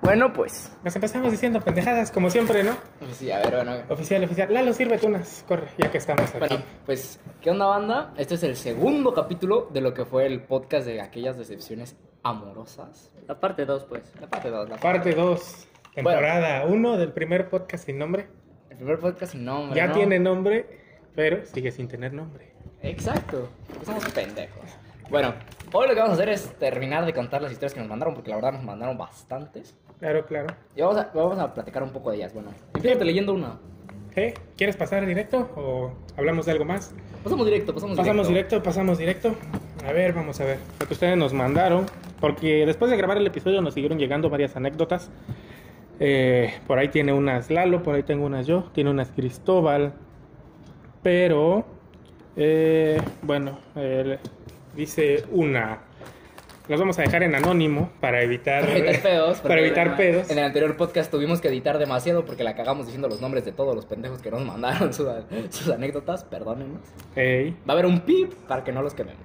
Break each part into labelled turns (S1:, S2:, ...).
S1: Bueno, pues.
S2: Nos empezamos diciendo pendejadas, como siempre, ¿no?
S3: Pues sí, a ver, bueno.
S2: Oficial, oficial. Lalo, sírvete unas. Corre, ya que estamos aquí.
S3: Bueno, pues, ¿qué onda, banda? Este es el segundo capítulo de lo que fue el podcast de aquellas decepciones amorosas.
S1: La parte 2, pues.
S3: La parte 2, la
S2: Parte 2, temporada 1 del primer podcast sin nombre.
S3: El primer podcast sin nombre.
S2: ya
S3: ¿no?
S2: tiene nombre, pero sigue sin tener nombre.
S3: Exacto. Pues somos pendejos. Bueno, hoy lo que vamos a hacer es terminar de contar las historias que nos mandaron, porque la verdad nos mandaron bastantes.
S2: Claro, claro.
S3: Y vamos a, vamos a platicar un poco de ellas. Bueno, empiezate leyendo una.
S2: ¿Eh? ¿Quieres pasar directo o hablamos de algo más?
S3: Pasamos directo, pasamos directo.
S2: Pasamos directo, pasamos directo. A ver, vamos a ver. Lo que ustedes nos mandaron, porque después de grabar el episodio nos siguieron llegando varias anécdotas. Eh, por ahí tiene unas Lalo, por ahí tengo unas yo, tiene unas Cristóbal. Pero, eh, bueno, él dice una. Las vamos a dejar en anónimo para evitar,
S3: Para evitar pedos.
S2: para
S3: porque
S2: evitar pedos.
S3: En el anterior podcast tuvimos que editar demasiado porque la cagamos diciendo los nombres de todos los pendejos que nos mandaron sus, sus anécdotas, perdónenos.
S2: Ey.
S3: Va a haber un pip para que no los quememos.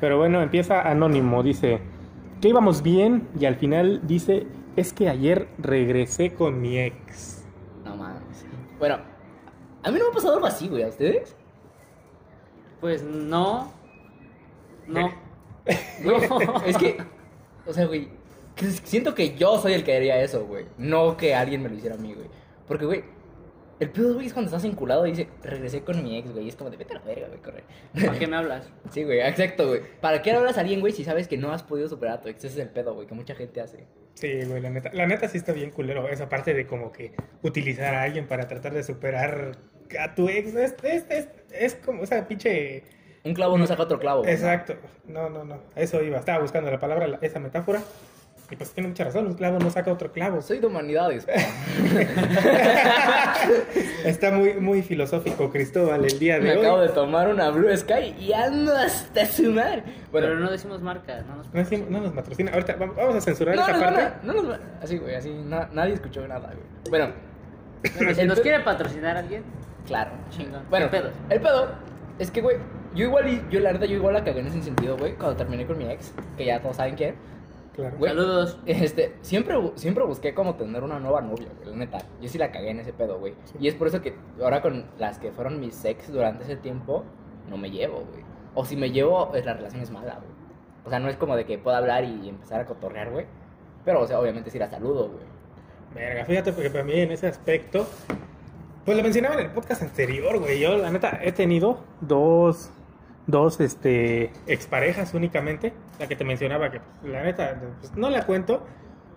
S2: Pero bueno, empieza anónimo, dice, que íbamos bien y al final dice, es que ayer regresé con mi ex.
S3: No mames. Bueno, a mí no me ha pasado algo así, güey, ¿a ustedes?
S1: Pues no. No.
S3: Eh. Güey, es que, o sea, güey, que siento que yo soy el que haría eso, güey. No que alguien me lo hiciera a mí, güey. Porque, güey, el pedo, güey, es cuando estás enculado y dice, regresé con mi ex, güey. Y es como de, vete a la verga, güey, corre.
S1: ¿Para qué me hablas?
S3: Sí, güey, exacto, güey. ¿Para qué hablas a alguien, güey, si sabes que no has podido superar a tu ex? Ese es el pedo, güey, que mucha gente hace.
S2: Sí, güey, la neta, la neta sí está bien culero. Esa parte de como que utilizar a alguien para tratar de superar a tu ex es, es- es- es como esa pinche...
S3: Un clavo no saca otro clavo. güey.
S2: Exacto. No, no, no. a Eso iba. Estaba buscando la palabra, la- esa metáfora. Y pues tiene mucha razón. Un clavo no saca otro clavo.
S3: Soy de humanidades. pa.
S2: Está muy, muy filosófico, Cristóbal, el día de
S3: Me
S2: hoy.
S3: acabo de tomar una Blue Sky y ando hasta su madre.
S1: Pero
S3: Bueno,
S1: no decimos marcas, no nos
S2: No, decimos- no nos matrocina. Ahorita va- vamos a censurar
S3: no
S2: esa
S3: nos van
S2: parte.
S3: a- no nos van- Así, güey, así. na- nadie escuchó nada, güey. Bueno,
S1: Bueno, si nos quiere patrocinar alguien,
S3: claro.
S1: Chingón.
S3: Bueno,
S1: El pedo.
S3: el pedo es que, güey, yo igual, y- yo la verdad, yo igual la cagué en ese sentido, güey, cuando terminé con mi ex, que ya todos saben quién.
S2: Claro.
S3: Güey.
S1: saludos.
S3: Este, siempre, bu- siempre busqué como tener una nueva novia, güey, la neta. Yo sí la cagué en ese pedo, güey. Y es por eso que ahora con las que fueron mis ex durante ese tiempo, no me llevo, güey. O si me llevo, pues, la relación es mala, güey. O sea, no es como de que pueda hablar y empezar a cotorrear, güey. Pero, o sea, obviamente sí la saludo, güey.
S2: Verga, fíjate porque para mí en ese aspecto, pues lo mencionaba en el podcast anterior, güey. Yo, la neta, he tenido dos, dos, este, exparejas únicamente. La que te mencionaba que, pues, la neta, pues, no la cuento,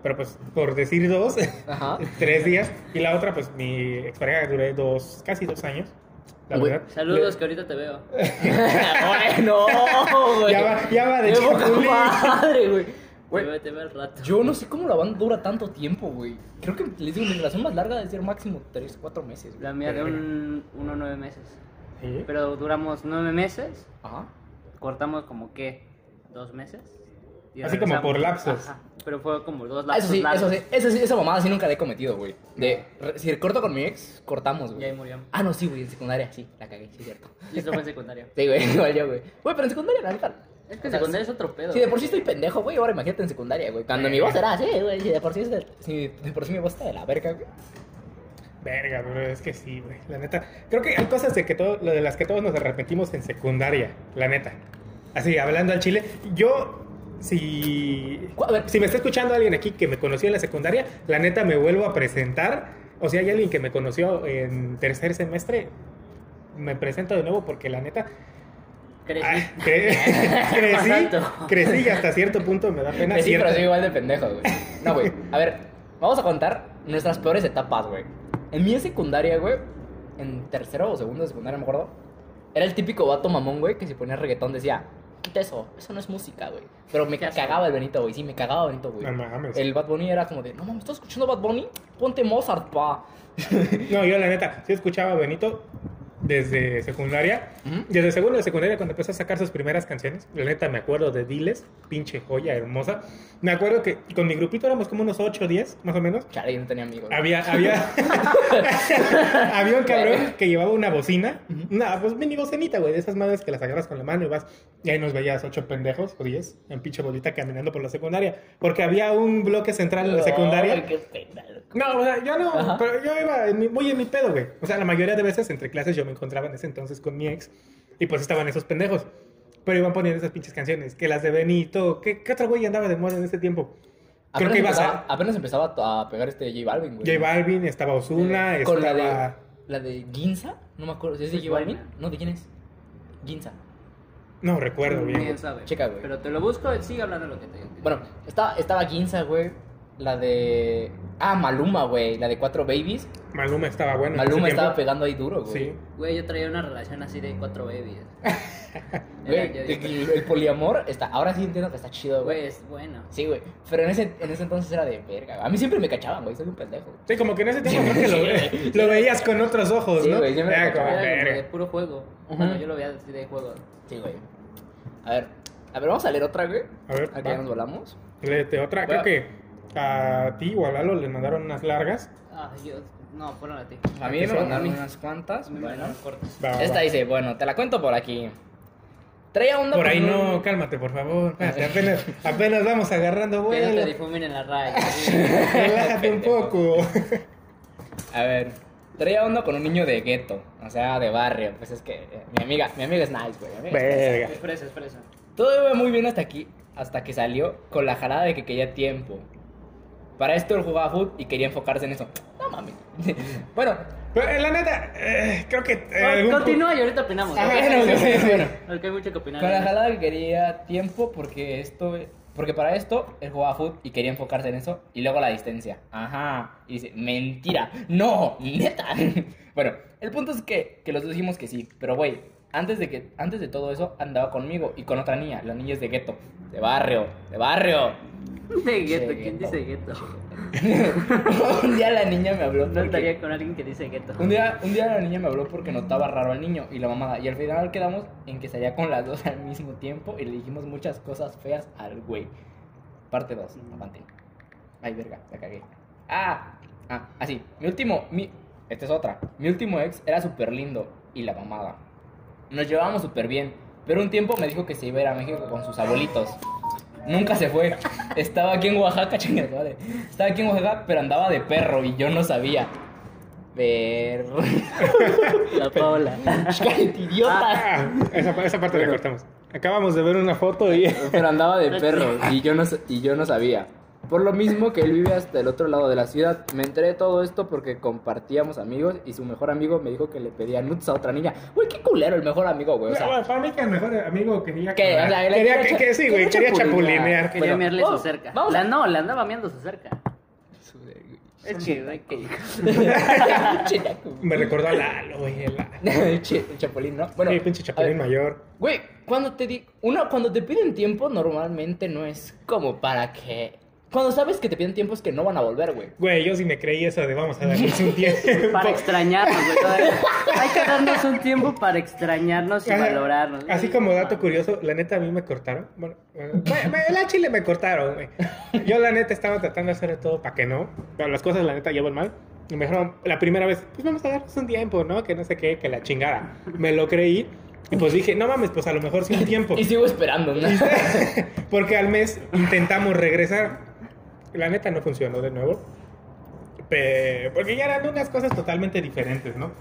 S2: pero pues por decir dos,
S3: Ajá.
S2: tres días. Y la otra, pues mi expareja duré dos, casi dos años. La
S3: Güey,
S2: verdad.
S1: Saludos, que ahorita te veo.
S3: bueno, güey.
S2: Ya va, ya va de
S3: Qué poca
S2: chapulín.
S3: madre, güey.
S1: Te
S3: Güey,
S1: veo, te veo al rato.
S3: yo no sé cómo la banda dura tanto tiempo, güey. Creo que les digo, mi relación más larga debe ser máximo 3, 4 meses, güey.
S1: La mía de un, uno o nueve meses.
S2: Sí.
S1: Pero duramos nueve meses,
S3: Ajá.
S1: cortamos como que dos meses. y
S2: Así como
S1: regresamos.
S2: por lapsos.
S1: Ajá, Pero fue como dos
S3: Ah,
S1: lapsos.
S3: Eso sí, eso
S1: largos.
S3: sí, eso sí, esa mamada sí nunca la he cometido, güey. De, re- si corto con mi ex, cortamos,
S1: Y ahí
S3: güey.
S1: murió.
S3: Ah, no, sí, güey, en secundaria, sí, la cagué, sí, es cierto.
S1: Y eso fue en secundaria.
S3: Sí, güey, igual yo, güey. Güey, pero en secundaria, la neta.
S1: Es
S3: o
S1: que en
S3: sea,
S1: secundaria es otro pedo.
S3: Si de por sí estoy pendejo, güey, ahora imagínate en secundaria, güey. Cuando mi voz era así, güey, si de por sí, es de- si de por sí mi voz está de la verga, güey.
S2: Verga, bro, es que sí, güey. La neta. Creo que hay cosas de, que todo, de las que todos nos arrepentimos en secundaria, la neta. Así, hablando al chile, yo, si,
S3: Cu- a ver.
S2: si me está escuchando alguien aquí que me conoció en la secundaria, la neta me vuelvo a presentar. O si hay alguien que me conoció en tercer semestre, me presento de nuevo porque la neta
S1: Crecí.
S2: ah, cre- crecí,
S1: Exacto.
S2: crecí y hasta cierto punto me da pena.
S3: Sí, pero
S2: cierta-
S3: soy igual de pendejo, güey. No, güey. A ver, vamos a contar nuestras peores etapas, güey. En mi secundaria, güey, en tercero o segundo de secundaria, no me acuerdo, era el típico vato mamón, güey, que si ponía reggaetón decía, quita eso, eso no es música, güey. Pero me
S1: Qué asco.
S3: cagaba el Benito, güey, sí, me cagaba Benito, güey.
S2: No mames.
S3: El Bad Bunny era como de, no mames, ¿estás escuchando Bad Bunny? Ponte Mozart, pa.
S2: No, yo la neta, sí escuchaba a Benito desde secundaria.
S3: Ujú.
S2: Desde segundo de secundaria, cuando empezó a sacar sus primeras canciones, la neta me acuerdo de Diles, pinche joya hermosa. Me acuerdo que con mi grupito éramos como unos 8 o 10, más o menos.
S3: Chale, yo no tenía amigos. güey.
S2: Había, había, había un cabrón que llevaba una bocina, una pues, mini bocinita, güey, de esas madres que las agarras con la mano y vas, y ahí nos veías ocho pendejos o diez en pinche bolita caminando por la secundaria, porque había un bloque central en la secundaria.
S3: Ay, qué pena, loco.
S2: No, o sea, yo no,
S3: Ajá.
S2: pero yo iba en mi- muy en mi pedo, güey. O sea, la mayoría de veces entre clases yo me encontraba en ese entonces con mi ex y pues estaban esos pendejos. Pero iban poniendo esas pinches canciones, que las de Benito, ¿qué, qué otro güey andaba de moda en ese tiempo? Creo
S3: Apenas
S2: que iba a
S3: empezaba-
S2: ser-
S3: Apenas empezaba a a pegar este J Balvin, güey.
S2: J Balvin, estaba Ozuna,
S3: Con la de.
S2: estaba...
S3: La de Ginza? No me acuerdo. ¿Es de
S1: Pues
S3: J Balvin?
S1: bueno.
S3: No, ¿de quién es? Ginza.
S2: No recuerdo bien.
S1: Quién sabe.
S3: Checa, güey.
S1: Pero te lo busco, sigue hablando lo que te digo.
S3: Bueno, estaba, estaba Ginza, güey. La de. Ah, Maluma, güey. La de Cuatro Babies.
S2: Maluma estaba bueno. en ese
S3: Maluma
S2: tiempo.
S3: estaba pegando ahí duro, güey.
S2: Sí.
S1: Güey, yo traía una relación así de cuatro babies. Era-
S3: Güey,
S1: yo-
S3: el, el poliamor está. Ahora sí entiendo que está chido,
S1: Güey,
S3: güey.
S1: es bueno.
S3: Sí, güey. Pero en ese, en ese entonces era de verga. güey. A mí siempre me cachaban, güey. Soy un pendejo.
S2: Sí, como que en ese tiempo creo que lo, lo veías con otros ojos,
S3: Sí,
S2: ¿no?
S3: güey, yo me
S2: Era
S3: lo
S2: como,
S1: Era como de
S2: "Verga".
S1: puro juego.
S3: Ujú.
S1: Bueno, yo lo veía así de juego.
S3: Sí, güey. A ver. A ver, vamos a leer otra, güey.
S2: A ver,
S3: Aquí
S2: va.
S3: ya nos volamos.
S2: Léete Este, otra. Creo
S3: Bueno.
S2: que a ti o a Lalo les mandaron unas largas.
S1: Ah, yo. No, ponlo a ti.
S3: A mí me
S2: Aquí son.
S3: mandaron unas cuantas.
S1: A mí me
S3: Ah, Bueno.
S1: mandaron cortas.
S2: Va, va,
S3: Esta
S2: Ah, va.
S3: dice, bueno, te la cuento por aquí. Traía onda
S2: Por
S3: con
S2: ahí
S3: un-
S2: no, cálmate, por favor. Espérate, apenas, apenas vamos agarrando
S1: Que no te
S2: vuelo.
S1: difuminen la raya. sí.
S2: Relájate un
S3: Pendejo.
S2: poco.
S3: A ver, traía onda con un niño de gueto, o sea, de barrio. Pues es que eh, mi amiga, mi amiga es nice, güey. mi amiga es nice.
S2: Verga.
S1: Es fresa, es
S2: Eh,
S1: fresa.
S3: Todo iba muy bien hasta aquí, hasta que salió con la jalada de que quería tiempo. Para esto él jugaba fútbol y quería enfocarse en eso. No mames. bueno,
S2: Pero, eh, la neta, eh, creo que. eh,
S1: Bueno,
S2: algún pu-
S1: Continúa y ahorita opinamos.
S3: Ah,
S1: ¿no?
S3: bueno, güey, bueno.
S1: Porque hay mucho que opinar.
S3: Con la
S1: ¿no?
S3: jalada que quería tiempo porque esto porque para esto él jugaba fútbol y quería enfocarse en eso y luego la distancia. Ajá. Y dice, mentira. No, neta. bueno, el punto es que, que los dos dijimos que sí, pero güey, antes de que antes de todo eso andaba conmigo y con otra niña, la niña es de gueto, de barrio, de barrio.
S1: De gueto,
S3: Che,
S1: ¿quién
S3: gueto.
S1: dice gueto?
S3: un día la niña me habló
S1: No
S3: porque-
S1: estaría con alguien que dice gueto.
S3: un día, un día la niña me habló porque notaba raro al niño y la mamada. Y al final quedamos en que salía con las dos al mismo tiempo y le dijimos muchas cosas feas al güey. Parte 2, aguante. Ay, verga, la cagué. Ah, ah, así. Mi último, mi. Esta es otra. Mi último ex era súper lindo y la mamada. Nos llevábamos súper bien, pero un tiempo me dijo que se iba a ir a México con sus abuelitos. Nunca se fue. Estaba aquí en Oaxaca, chingas, madre. Estaba aquí en Oaxaca, pero andaba de perro y yo no sabía. Perro.
S1: La Paola.
S3: Cállate, idiota.
S2: Ah, esa, esa parte la cortamos. Acabamos de ver una foto y.
S3: Pero andaba de perro y yo, no, sa- y yo no sabía. Por lo mismo que él vive hasta el otro lado de la ciudad, me enteré de todo esto porque compartíamos amigos y su mejor amigo me dijo que le pedía nuts a otra niña. Güey, qué culero el mejor amigo, güey. O sea,
S2: Bueno, para mí que el mejor amigo
S3: Pues, ah.
S2: quería.
S3: que, o sea, él
S2: quería
S3: cha-
S2: que, que sí, güey, quería chapulinear.
S1: Quería
S3: Bueno,
S1: mirarle
S3: vamos,
S1: su cerca.
S3: vamos
S1: La,
S3: a-
S1: no, la andaba viendo su cerca. Es que, güey, que.
S3: Chilaco, güey.
S2: Me recordó a Lalo, güey. el Lalo.
S3: El chi- el chapulín, ¿no? Bueno,
S2: Sí, pinche
S3: a
S2: chapulín
S3: ver,
S2: mayor.
S3: Güey, cuando te di una, cuando te piden tiempo, normalmente no es como para que. Cuando sabes que te piden tiempo es que no van a volver, güey.
S2: Güey, yo sí me creí eso de vamos a darles un tiempo.
S1: Para extrañarnos, güey. todavía. Hay que darnos un tiempo para extrañarnos y
S2: Ajá.
S1: valorarnos.
S2: Así como dato curioso, la neta a mí me cortaron. Bueno, eh, me- me- la chile me cortaron, güey. Yo la neta estaba tratando de hacer de todo para que no. Pero las cosas la neta llevan mal. Y me dijeron la primera vez, pues vamos a darnos un tiempo, ¿no? Que no sé qué, que la chingada. Me lo creí. Y pues dije, no mames, pues a lo mejor sí un tiempo.
S3: Y sigo esperando, ¿no?
S2: Porque al mes intentamos regresar. La neta no funcionó de nuevo. Pe- Porque ya eran unas cosas totalmente diferentes, ¿no?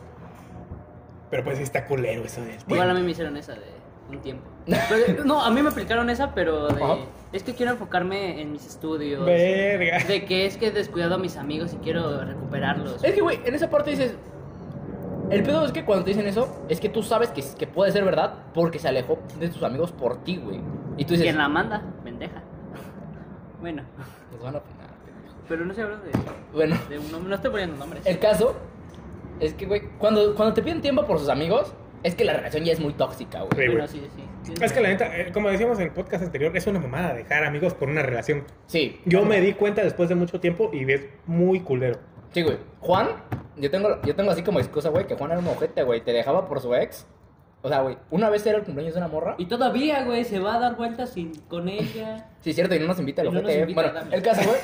S2: Pero pues sí está culero eso del tiempo.
S1: Igual a mí me hicieron esa de un tiempo. Pero, no, a mí me aplicaron esa, pero de.
S3: Ajá.
S1: Es que quiero enfocarme en mis estudios.
S2: Verga.
S1: De que es que he descuidado a mis amigos y quiero recuperarlos.
S3: Es que, güey, en esa parte dices. El pedo es que cuando te dicen eso, es que tú sabes que, que puede ser verdad porque se alejó de tus amigos por ti, güey. Y tú dices.
S1: ¿Quién la manda? Pendeja. Bueno,
S3: Nos "Pues van a opinar, pendejo.
S1: pero no se habla de,
S3: Bueno,
S1: de un nombre. No estoy poniendo nombres.
S3: el caso es que, güey, cuando, cuando te piden tiempo por sus amigos, es que la relación ya es muy tóxica, güey.
S2: Sí, güey.
S1: Bueno, sí, sí. sí.
S2: Es que la neta, eh, como decíamos en el podcast anterior, es una mamada dejar amigos por una relación.
S3: Sí.
S2: Yo me di cuenta después de mucho tiempo y es muy culero.
S3: Sí, güey. Juan Yo tengo, yo tengo así como excusa, güey, que Juan era un ojete, güey. Te dejaba por su ex. O sea, güey, una vez era el cumpleaños de una morra.
S1: Y todavía, güey, se va a dar vueltas sin, con ella.
S3: Sí, es cierto, y no nos invita el
S1: Y no nos
S3: ojete. eh.
S1: invita,
S3: bueno,
S1: dame.
S3: el caso, güey,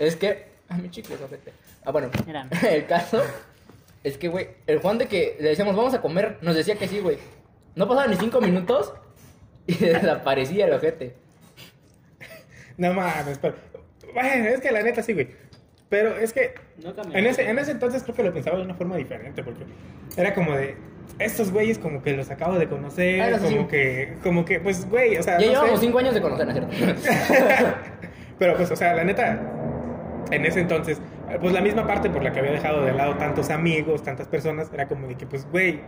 S3: es que. Ay, mi chicle es ojete. Ah, bueno.
S1: Mira.
S3: El caso es que, güey, el Juan de que le decíamos, vamos a comer, nos decía que sí, güey. No pasaban ni cinco minutos y desaparecía el ojete.
S2: No mames, pero. Bueno, es que la neta sí, güey. Pero es que
S1: No cambió.
S2: en ese, en ese entonces creo que lo pensaba de una forma diferente, porque era como de. Estos güeyes como que los acabo de conocer,
S3: Ah, no, sí,
S2: como
S3: sí.
S2: que, como que, pues, güey, o sea,
S3: Ya
S2: no sé.
S3: llevamos cinco años de conocer, ¿no es cierto?
S2: Pero pues, o sea, la neta, en ese entonces, pues la misma parte por la que había dejado de lado tantos amigos, tantas personas, era como de que, pues, güey,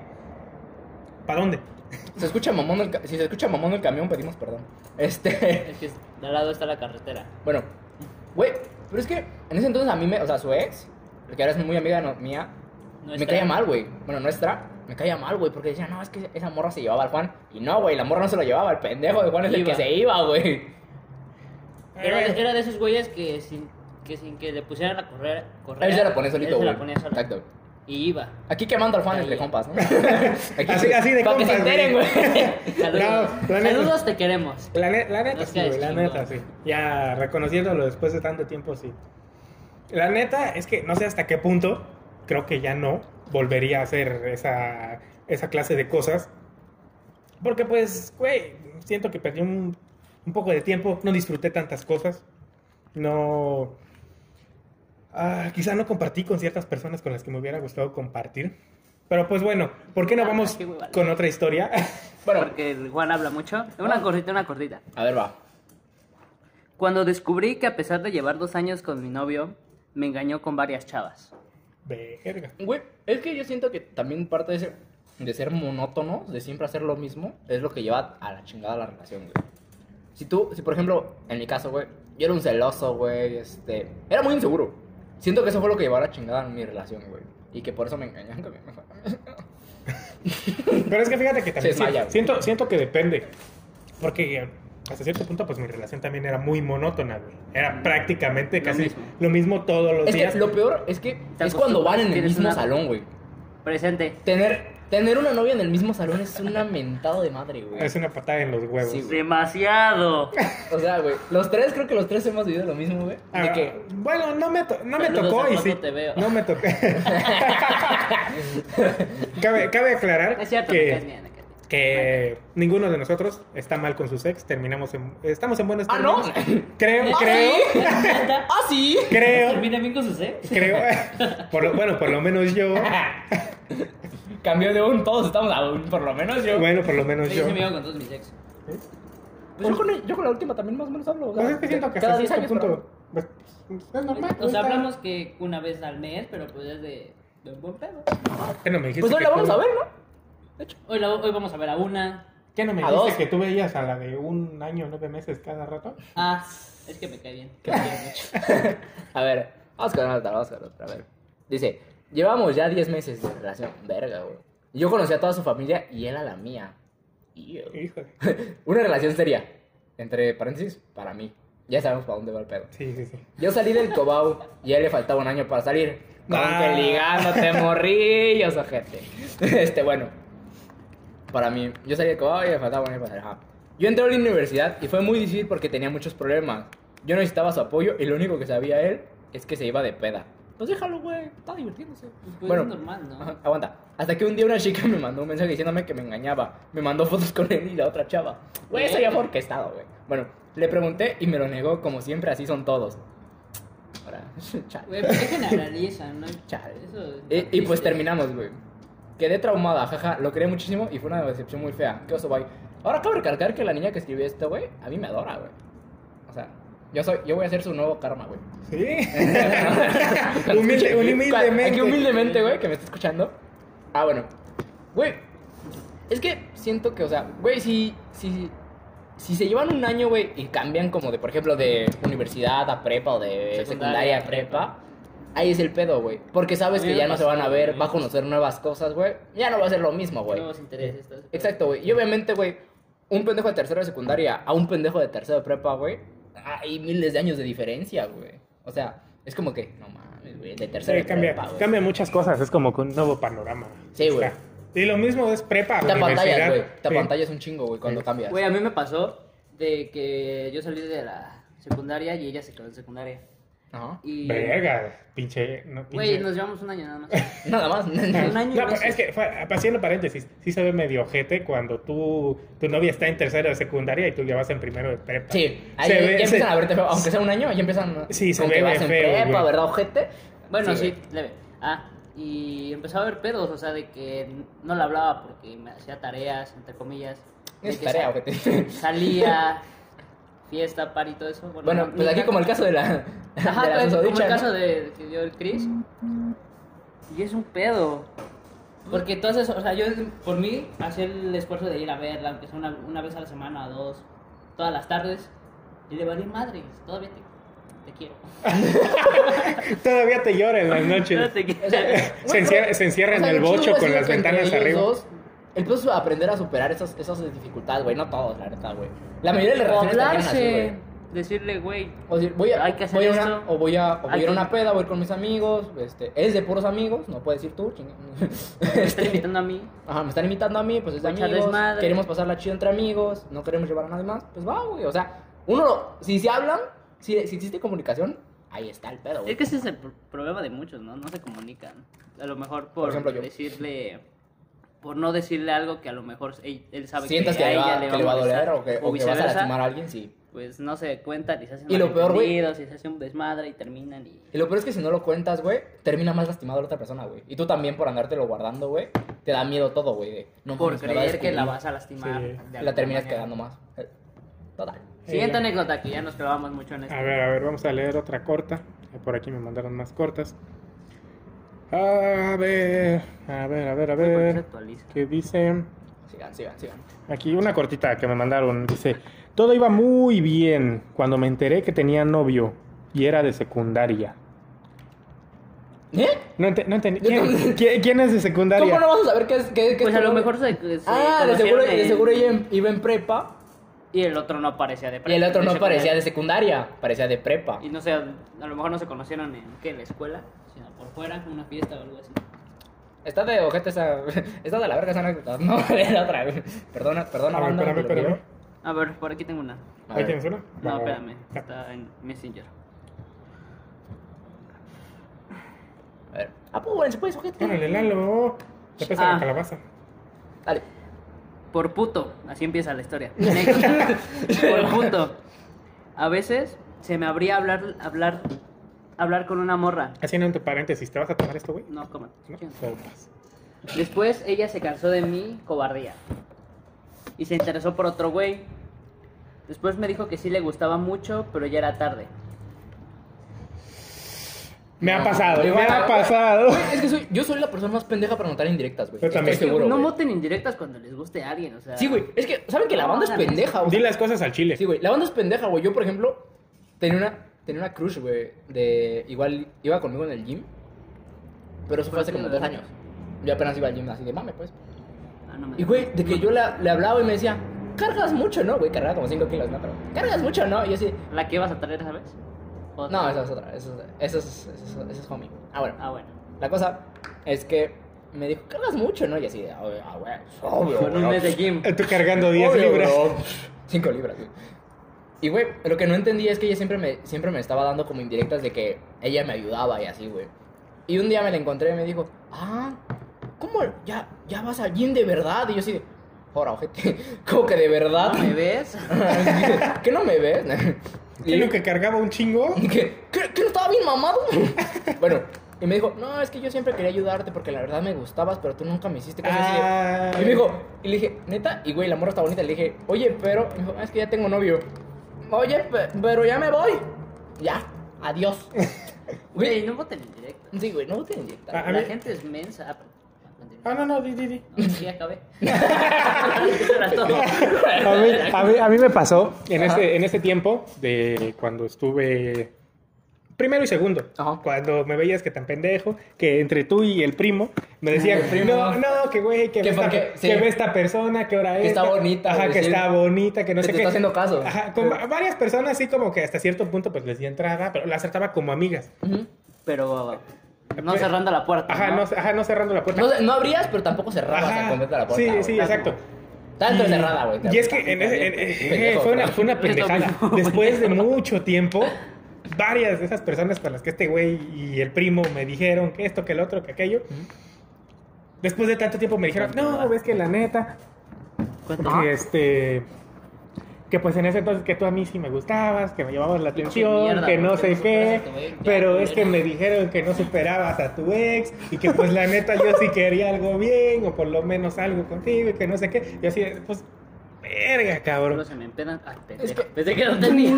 S2: ¿para dónde?
S3: Se escucha mamón el ca- si se escucha mamón el camión, pedimos perdón. Este,
S1: Es que de al lado está la carretera.
S3: bueno, güey, pero es que en ese entonces a mí me, o sea, su ex, porque ahora es muy amiga no- mía, me
S1: Nuestra-
S3: caía mal, güey. Bueno, nuestra, me caía mal, güey, porque decía, no, es que esa morra se llevaba al Juan. Y no, güey, la morra no se lo llevaba, el pendejo de Juan es el
S1: Iba.
S3: que se iba, güey.
S1: Era de,
S2: Eh.
S1: era de esos güeyes que sin que, sin que le pusieran la correr, correa.
S3: Él se la ponía solito,
S1: él se
S3: güey.
S1: la ponía solo.
S3: Exacto.
S1: Y iba.
S3: Aquí quemando al Juan
S1: Ahí.
S3: entre compas, ¿no?
S2: Así- así de
S3: Para que
S2: compas,
S3: se enteren, güey.
S2: güey.
S1: Saludos.
S2: la neta-
S1: Saludos, te queremos.
S2: La, ne- la neta,
S1: No
S2: sí,
S1: seas
S2: güey, la
S1: chingón.
S2: neta, sí. Ya reconociéndolo después de tanto tiempo, sí. La neta es que no sé hasta qué punto, creo que ya no, volvería a hacer esa, esa clase de cosas. Porque pues, güey, siento que perdí un, un poco de tiempo, no disfruté tantas cosas, no... ah, quizá no compartí con ciertas personas con las que me hubiera gustado compartir. Pero pues bueno, ¿por qué no
S1: Ah,
S2: vamos
S1: qué hueva.
S2: con otra historia?
S3: Bueno, Ah.
S1: Porque el Juan habla mucho. Una cortita, una cortita.
S3: a ver, va.
S1: Cuando descubrí que a pesar de llevar dos años con mi novio, me engañó con varias chavas.
S2: Verga.
S3: Güey, es que yo siento que también parte de ser, de ser monótonos, de siempre hacer lo mismo, es lo que lleva a la chingada la relación, güey. Si tú, si por ejemplo, en mi caso, güey, yo era un celoso, güey, este, era muy inseguro. Siento que eso fue lo que llevó a la chingada en mi relación, güey. Y que por eso me engañan con mi mejor amigo.
S2: Pero es que fíjate que también
S3: Se
S2: sí-
S3: desmaya, güey.
S2: siento, siento que depende. Porque eh, hasta cierto punto, pues mi relación también era muy monótona, güey. Era prácticamente
S1: Lo
S2: casi
S1: mismo.
S2: lo mismo todos los
S3: Es
S2: días.
S3: que lo peor es que
S1: Te
S3: es cuando van en el
S1: acostumbras,
S3: mismo
S1: tienes una-
S3: salón, güey.
S1: Presente.
S3: Tener, tener una novia en el mismo salón es una mentada de madre, güey.
S2: Es una patada en los huevos.
S3: Sí, güey.
S1: Demasiado.
S3: O sea, güey, los tres, creo que los tres hemos vivido lo mismo, güey.
S2: Ah,
S3: De que
S2: Bueno, no me, to- no me
S1: Saludos
S2: tocó
S1: a
S2: y
S1: cuando
S2: sí.
S1: te veo.
S2: No me tocó. cabe, cabe aclarar
S1: Es cierto, me caes
S2: que,
S1: bien, me caes bien.
S2: que ninguno de nosotros está mal con sus ex. Terminamos en, estamos en buenos
S3: Ah, ¿no?
S2: términos. Creo, creo,
S3: ¡Ah, sí!
S2: creo,
S1: Termina bien con sus ex.
S2: creo. Por lo- bueno, por lo menos yo.
S3: Cambió de un, todos estamos a un, por lo menos yo.
S2: Bueno, por lo menos pues
S1: Yo
S2: yo.
S1: sí me llevo con todos mis ex.
S3: Pues yo, con, yo con la última también más o menos hablo. o sea,
S2: Pues es que siento que
S3: cada
S2: hasta
S3: 10
S2: cierto
S3: años,
S2: punto. pues, es normal.
S1: O
S2: está-
S3: Pues
S1: sea, hablamos que una vez al mes, pero pues es de, de un buen pedo.
S2: ¿Qué no
S3: pero-
S2: me dijiste
S3: Pues hoy
S2: que
S3: la
S2: tú-
S3: vamos a ver, ¿no?
S1: Hoy, la- hoy vamos a ver a una.
S2: ¿Qué no me
S3: A
S2: dijiste
S3: dos.
S2: que tú veías a la de un año, nueve meses cada rato?
S1: Ah, es que me cae bien. que me quiere mucho.
S3: A ver, vamos con otra, vamos con otra. A ver. Dice: Llevamos ya 10 meses de relación. Verga, güey. Yo conocí a toda su familia y él a la mía. Y yo.
S2: Híjole.
S3: Una relación seria. Entre paréntesis, para mí. Ya sabemos para dónde va el pedo.
S2: Sí, sí, sí.
S3: Yo salí del Cobau y a él le faltaba un año para salir. Con
S2: Ah.
S3: que ligándote morrillos, ojete. Este, bueno. Para mí, yo salí del Cobau y le faltaba un año para salir. Ajá. Yo entré a la universidad y fue muy difícil porque tenía muchos problemas. Yo necesitaba su apoyo y lo único que sabía él es que se iba de peda. Pues déjalo, güey. Está divirtiéndose.
S1: Pues, pues, es normal, ¿no?
S3: Ajá, aguanta. Hasta que un día una chica me mandó un mensaje diciéndome que me engañaba. Me mandó fotos con él y la otra chava. Güey, eso ya fue orquestado, güey. Bueno, le pregunté y me lo negó, como siempre, así son todos. Ahora, chale.
S1: Güey, pues es que analizan, ¿no?
S3: Chale.
S1: Eso es
S3: Y, y pues
S1: triste.
S3: terminamos, güey. Quedé traumada, jaja. Lo quería muchísimo y fue una decepción muy fea. Qué oso, bye. Ahora acabo de recalcar que la niña que escribió esto, güey, a mí me adora, güey. O sea, yo soy, yo voy a ser su nuevo karma, güey.
S2: Sí. Humilde- humildemente.
S3: Aquí humildemente, güey, que me está escuchando. Ah, bueno. Güey, es que siento que, o sea, güey, si, si, si se llevan un año, güey, y cambian como de, por ejemplo, de universidad a prepa o de
S1: Secundaria,
S3: secundaria a prepa, ahí es el pedo, güey. Porque sabes
S1: A mí
S3: que
S1: me
S3: ya no se van a
S1: pasó,
S3: ver,
S1: güey.
S3: va a conocer nuevas cosas, güey. Ya no va a ser lo mismo, güey.
S1: Nuevos intereses. todo eso.
S3: Exacto, güey. Y obviamente, güey, un pendejo de tercero de secundaria a un pendejo de tercero de prepa, güey, hay miles de años de diferencia, güey. O sea, es como que, no mames, güey. De tercero
S2: Sí,
S3: de
S2: cambia,
S3: prepa, güey.
S2: cambia muchas cosas, es como con un nuevo panorama.
S3: Sí, güey.
S2: Está. Y lo mismo es prepa,
S3: Te apantallas,
S2: universidad.
S3: güey. Te
S2: Sí.
S3: apantallas un chingo, güey, cuando
S2: Sí.
S3: cambias.
S1: Güey, a mí me pasó de que yo salí de la secundaria y ella se quedó en secundaria.
S3: Ajá.
S1: Y.
S2: Verga, pinche. No,
S1: Güey,
S2: pinche.
S1: nos llevamos un año nada más.
S3: Nada más.
S1: Un año y
S2: No, pero
S1: meses.
S2: es que, fue- haciendo paréntesis, sí se ve medio ojete cuando tú, tu novia está en tercero de secundaria y tú ya vas en primero de prepa.
S3: Sí, ahí
S2: Se
S3: ya,
S2: ve-
S3: ya
S2: se-
S3: empiezan a verte feo. Aunque sea un año, ya empiezan.
S2: Sí, se
S3: con que
S2: ve
S3: vas en
S2: feo,
S3: prepa,
S2: güey.
S3: ¿verdad, ojete?
S1: Bueno, sí,
S3: güey.
S1: leve. Ah, y empezó a haber pedos, o sea, de que no la hablaba porque me hacía tareas, entre comillas. De
S3: Es
S1: que
S3: tarea,
S1: sa-
S3: ojete.
S1: Salía, fiesta, par y todo eso.
S3: Bueno,
S1: no-
S3: pues aquí como el caso de la.
S1: Ajá,
S3: de la
S1: pues, como
S3: susodicha,
S1: el
S3: ¿no?
S1: caso de que dio el Chris. Y es un pedo. Porque entonces, o sea, yo por mí hacía el esfuerzo de ir a verla, aunque sea una, una vez a la semana, dos, todas las tardes. Y le valí madre, todavía te, te quiero.
S2: Todavía te llora en las noches.
S1: Todavía te quiero.
S3: O sea, güey,
S2: Se encierra-
S3: pero-
S2: se encierra en
S3: hay
S2: el
S3: un chingo
S2: bocho
S3: así
S2: con
S3: de
S2: las
S3: que entre
S2: ventanas
S3: ellos
S2: arriba.
S3: dos, El plus es aprender a superar esas, esas dificultades, güey. No todos, la neta, güey. La mayoría de las
S1: O
S3: relaciones terminan así,
S1: hablarse,
S3: güey.
S1: decirle, güey,
S3: O decir, voy a,
S1: Hay que hacer
S3: voy a una-
S1: esto.
S3: o voy a, o voy a
S1: Hay
S3: ir a
S1: que-
S3: una peda, voy con mis amigos, este, es de puros amigos, no puedes ir tú, chinga.
S1: me estás invitando a mí.
S3: Ajá, me están invitando a mí, pues es de
S1: Voy a echar
S3: amigos,
S1: desmadre.
S3: queremos pasarla chido entre amigos, no queremos llevar a nadie más, pues va, güey, o sea, uno, lo- si se hablan, si, si existe comunicación, ahí está el pedo, güey.
S1: Es que ese es el pr- problema de muchos, ¿no? No se comunican. A lo mejor por,
S3: ejemplo, yo.
S1: decirle, por no decirle algo que a lo mejor él, él sabe
S3: Sientas que,
S1: a
S3: le va,
S1: ella
S3: que le va a doler
S1: molestar,
S3: o que, o que vas a
S1: viceversa,
S3: lastimar a alguien, sí.
S1: Pues no se cuentan y se hacen
S3: Y lo peor, güey-
S1: malentendidos y se hace un desmadre y terminan y...
S3: Y lo peor es que si no lo cuentas, güey, termina más lastimado la otra persona, güey. Y tú también por andártelo guardando, güey, te da miedo todo, güey. de, No,
S1: por
S3: mames, me va a
S1: creer que la
S3: descubrir.
S1: vas a lastimar.
S2: Sí.
S1: de
S3: La
S1: alguna
S3: terminas
S1: manera.
S3: quedando más. Eh, Total.
S1: Siguiente
S2: Eh,
S1: anécdota que ya nos clavamos mucho en esto.
S2: A ver, a ver, vamos a leer otra corta. Eh, Por aquí me mandaron más cortas. A ver, a ver, a ver, a
S1: ¿Por qué se
S2: ver.
S1: actualiza?
S2: Que dice...
S3: Sigan, sigan, sigan.
S2: Aquí una cortita que me mandaron. Dice, todo iba muy bien cuando me enteré que tenía novio y era de secundaria.
S3: ¿Eh?
S2: No, ente- no entendí. ¿Quién, quién- quién es de secundaria?
S3: ¿Cómo no vamos a saber qué es? Qué, qué es
S1: Pues a
S3: tu
S1: lo
S3: novio?
S1: mejor se, se
S3: Ah, de
S1: conocieron
S3: seguro, de
S1: en-
S3: seguro ella en- iba en prepa
S1: Y el otro no aparecía de
S3: y el otro
S1: de
S3: no
S1: secundaria.
S3: parecía de secundaria, parecía de prepa.
S1: Y no sé, a lo mejor no se conocieron en qué, en la escuela, sino por fuera, en una fiesta o algo así.
S3: Está de ojete esa. Está de la verga esa anécdota. No, era otra vez. Perdona, perdona,
S2: A ver,
S3: banda.
S2: espérame,
S3: que lo
S2: espérame.
S3: veo.
S1: A ver, por aquí tengo una.
S3: A
S2: ¿Ahí
S3: ver.
S2: tienes una?
S1: No,
S2: Va, va, va.
S1: espérame, está en Messenger.
S3: A ver. Ah, pues, bueno, se puede ojete.
S2: Órale, Lalo. Te pesa la
S1: Ah.
S2: calabaza.
S3: Dale.
S1: Por puto, así empieza la historia. Anécdota. por puto. A veces se me abría hablar, hablar, hablar con una morra.
S2: Haciendo entre paréntesis, ¿te vas a tomar esto, güey?
S1: No, coma.
S2: No, sopas.
S1: Después ella se cansó de mi cobardía y se interesó por otro güey. Después me dijo que sí le gustaba mucho, pero ya era tarde.
S2: Me ha pasado, me
S3: Igual,
S2: ha
S3: güey.
S2: pasado.
S3: Güey, es que soy, yo soy la persona más pendeja para notar indirectas, güey.
S2: Yo
S3: Estoy
S2: también.
S3: seguro.
S1: no
S3: güey.
S1: moten indirectas cuando les guste a alguien, o sea.
S3: Sí, güey. Es que, ¿saben que la banda es pendeja,
S2: Di
S3: güey?
S2: las cosas al chile.
S3: Sí, güey. La banda es pendeja, güey. Yo, por ejemplo, tenía una, tenía una crush, güey. De. Igual iba conmigo en el gym. Pero eso fue hace como dos años. Yo apenas iba al gym así de mame, pues.
S1: Ah, no me-
S3: Y, güey, de que yo la- le hablaba y me decía, cargas mucho, ¿no? Güey, cargaba como 5 kilos, ¿no? Pero, cargas mucho, ¿no? Y yo así,
S1: ¿La que ibas a traer esa vez? ¿O
S3: no,
S1: otra?
S3: esa es otra. Esa es, esa es, esa es, esa es homie. Ah, bueno.
S1: Ah, bueno.
S3: La cosa es que me dijo, cargas mucho, ¿no? Y así, de, "Ah, güey, ah, güey, es obvio,
S1: Con un
S3: güey".
S1: mes de gym.
S2: Eh, Tú cargando 10 libras.
S3: 5 libras, güey. Y, güey, lo que no entendía es que ella siempre me, siempre me estaba dando como indirectas de que ella me ayudaba y así, güey. Y un día me la encontré y me dijo, ah, ¿cómo ya, ya vas al gym de verdad? Y yo así de, ahora, ojete, ¿cómo que de verdad?
S1: ¿No me ves?
S3: ¿Qué no me ves?
S2: ¿Qué lo que cargaba un chingo?
S3: Y que, ¿qué, qué no estaba bien mamado? bueno, y me dijo, no, es que yo siempre quería ayudarte porque la verdad me gustabas, pero tú nunca me hiciste cosas
S2: Ah.
S3: así. Y me dijo, y le dije, neta, y güey, la morra está bonita. Le dije, oye, pero, y me dijo, "Ah, es que ya tengo novio. Oye, pe- pero ya me voy. Ya, adiós.
S1: Güey,
S3: güey,
S1: no voten indirectas.
S3: sí, güey, no te inyectas.
S2: Ah, A
S1: La
S2: ver.
S1: gente es mensa. Ah,
S2: Ah, no, no, di, di, di.
S1: No, sí, acabé. Eso era todo.
S2: A mí, a mí- a mí me pasó en
S3: Ajá.
S2: este, en este tiempo de cuando estuve primero y segundo.
S3: Ajá.
S2: Cuando me veías que tan pendejo, que entre tú y el primo me decían,
S3: El primo.
S2: no, no, que güey,
S3: Que
S2: que, ve esta,
S3: porque- sí.
S2: que ve esta persona, que ahora es.
S3: Que está bonita,
S2: Ajá,
S3: güey,
S2: que
S3: sí.
S2: está bonita, que no
S3: Que
S2: sé
S3: te
S2: qué.
S3: está haciendo caso.
S2: Ajá, con va- varias personas así como que hasta cierto punto pues les di entrada, pero las trataba como amigas.
S3: Ujú.
S1: pero no cerrando la puerta.
S2: Ajá, no, ajá, no cerrando la puerta.
S3: No, no abrías, pero tampoco cerrabas
S2: Ajá.
S3: al completo la puerta.
S2: Sí,
S3: güey.
S2: sí, exacto.
S3: Estaba entrecerrada, güey.
S2: Y es que en ese- en- eh, fue, una, fue una
S1: Es lo
S2: pendejada.
S1: mismo, güey.
S2: Después de mucho tiempo, varias de esas personas con las que este güey y el primo me dijeron que esto, que el otro, que aquello. Después de tanto tiempo me dijeron, no, ves que la neta,
S1: Cuenta.
S2: que este que pues en ese entonces que tú a mí sí me gustabas, que me llevabas la
S1: Pinche
S2: atención,
S1: mierda,
S2: que
S1: ¿por
S2: no
S1: qué
S2: sé
S1: no
S2: qué,
S1: superas a tu ex? Ya,
S2: pero es
S1: culero.
S2: que me dijeron que no superabas a tu ex y que pues la neta yo sí quería algo bien o por lo menos algo contigo y que no sé qué. Y así, pues, verga,
S1: Solo
S2: cabrón.
S1: se me enteran. Ah, pendejo.
S3: Es que-
S1: Pensé que no tenía.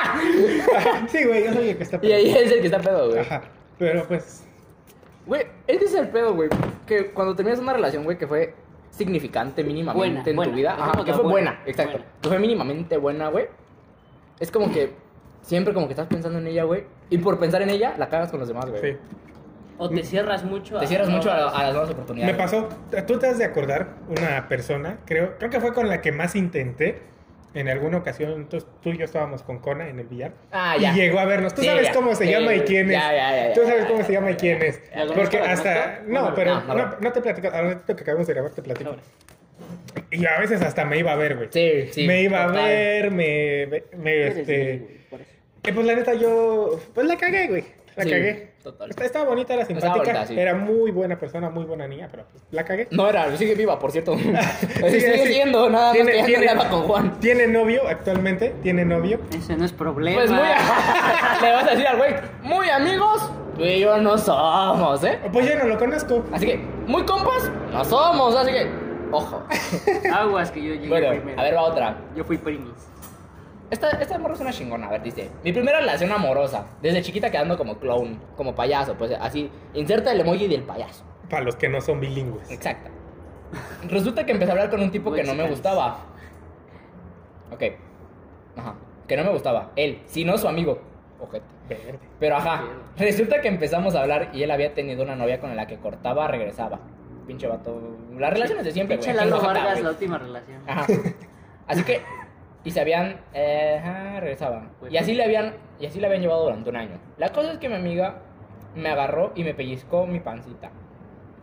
S2: sí, güey, yo soy el que está...
S3: Y ahí es el que está pedo, güey.
S2: Ajá, pero pues...
S3: Güey, es que ese es el pedo, güey. Que cuando terminas una relación, güey, que fue significante mínimamente
S1: Buena,
S3: en
S1: buena.
S3: tu vida.
S1: Esa
S3: Ajá,
S1: cosa
S3: que fue
S1: buena,
S3: buena, exacto.
S1: buena.
S3: Que fue mínimamente buena, güey. Es como que siempre como que estás pensando en ella, güey. Y por pensar en ella, la cagas con los demás, güey.
S2: Sí.
S1: O te cierras mucho.
S3: Te
S1: a-
S3: cierras
S1: no,
S3: mucho a, a las nuevas oportunidades.
S2: Me pasó, tú te has de acordar una persona, creo, creo que fue con la que más intenté en alguna ocasión, entonces tú y yo estábamos con Cona en el billar.
S3: Ah, ya.
S2: Y llegó a vernos. Tú
S3: Sí,
S2: sabes
S3: ya.
S2: cómo se
S3: Sí,
S2: llama y
S3: güey.
S2: quién es.
S3: Ya, ya, ya, ya,
S2: Tú sabes
S3: ya,
S2: cómo
S3: ya,
S2: se llama y
S3: ya,
S2: quién
S3: ya.
S2: es.
S1: ¿La conozco,
S2: Porque
S1: la
S2: hasta.
S1: conozco?
S2: No,
S1: No,
S2: pero
S3: no, no.
S2: no, no te platico. Ahorita que acabamos de grabar, te platico.
S1: Sobre.
S2: Y a veces hasta me iba a ver, güey.
S3: Sí, sí.
S2: me iba
S3: total.
S2: a ver, me. me- me,
S1: Eres
S2: este,
S1: gay, güey, por eso.
S2: eh, pues la neta, yo. Pues la cagué, güey. La
S3: Sí,
S2: cagué.
S3: total.
S2: Está- Estaba bonita, era simpática.
S3: bonita, sí.
S2: Era muy buena persona, muy buena niña, pero pues, la cagué.
S3: No era, sigue viva, por cierto. sigue,
S2: sí.
S3: siendo, nada más
S2: Tiene-
S3: que ya no
S2: tiene-
S3: hablaba con Juan.
S2: Tiene novio actualmente, tiene novio.
S1: Ese no es problema.
S3: Pues muy... a- Le vas a decir al güey, muy amigos, tú y yo no somos, ¿eh?
S2: Pues yo no lo conozco.
S3: Así que, muy compas, no somos, así que, ojo.
S1: Aguas que yo llegué
S3: Bueno,
S1: primero.
S3: a ver, va otra.
S1: Yo fui primis.
S3: Esta, esta morra es una chingona, a ver, dice. Mi primera relación amorosa, desde chiquita quedando como clown, como payaso, pues así, inserta el emoji del payaso.
S2: Para los que no son bilingües.
S3: Exacto. Resulta que empecé a hablar con un tipo que no me gustaba. Ok. Ajá. Que no me gustaba. Él, sino su amigo. Ojete.
S2: Verde.
S3: Pero ajá, resulta que empezamos a hablar y él había tenido una novia con la que cortaba, regresaba. Pinche vato. Las relaciones de siempre, güey.
S1: Pinche Lalo
S3: Aquí en Oaxaca,
S1: Vargas,
S3: güey.
S1: la última relación.
S3: Ajá. Así que. Y se habían. eh, ajá, regresaba. Y así le habían. Y así le habían llevado durante un año. La cosa es que mi amiga me agarró y me pellizcó mi pancita.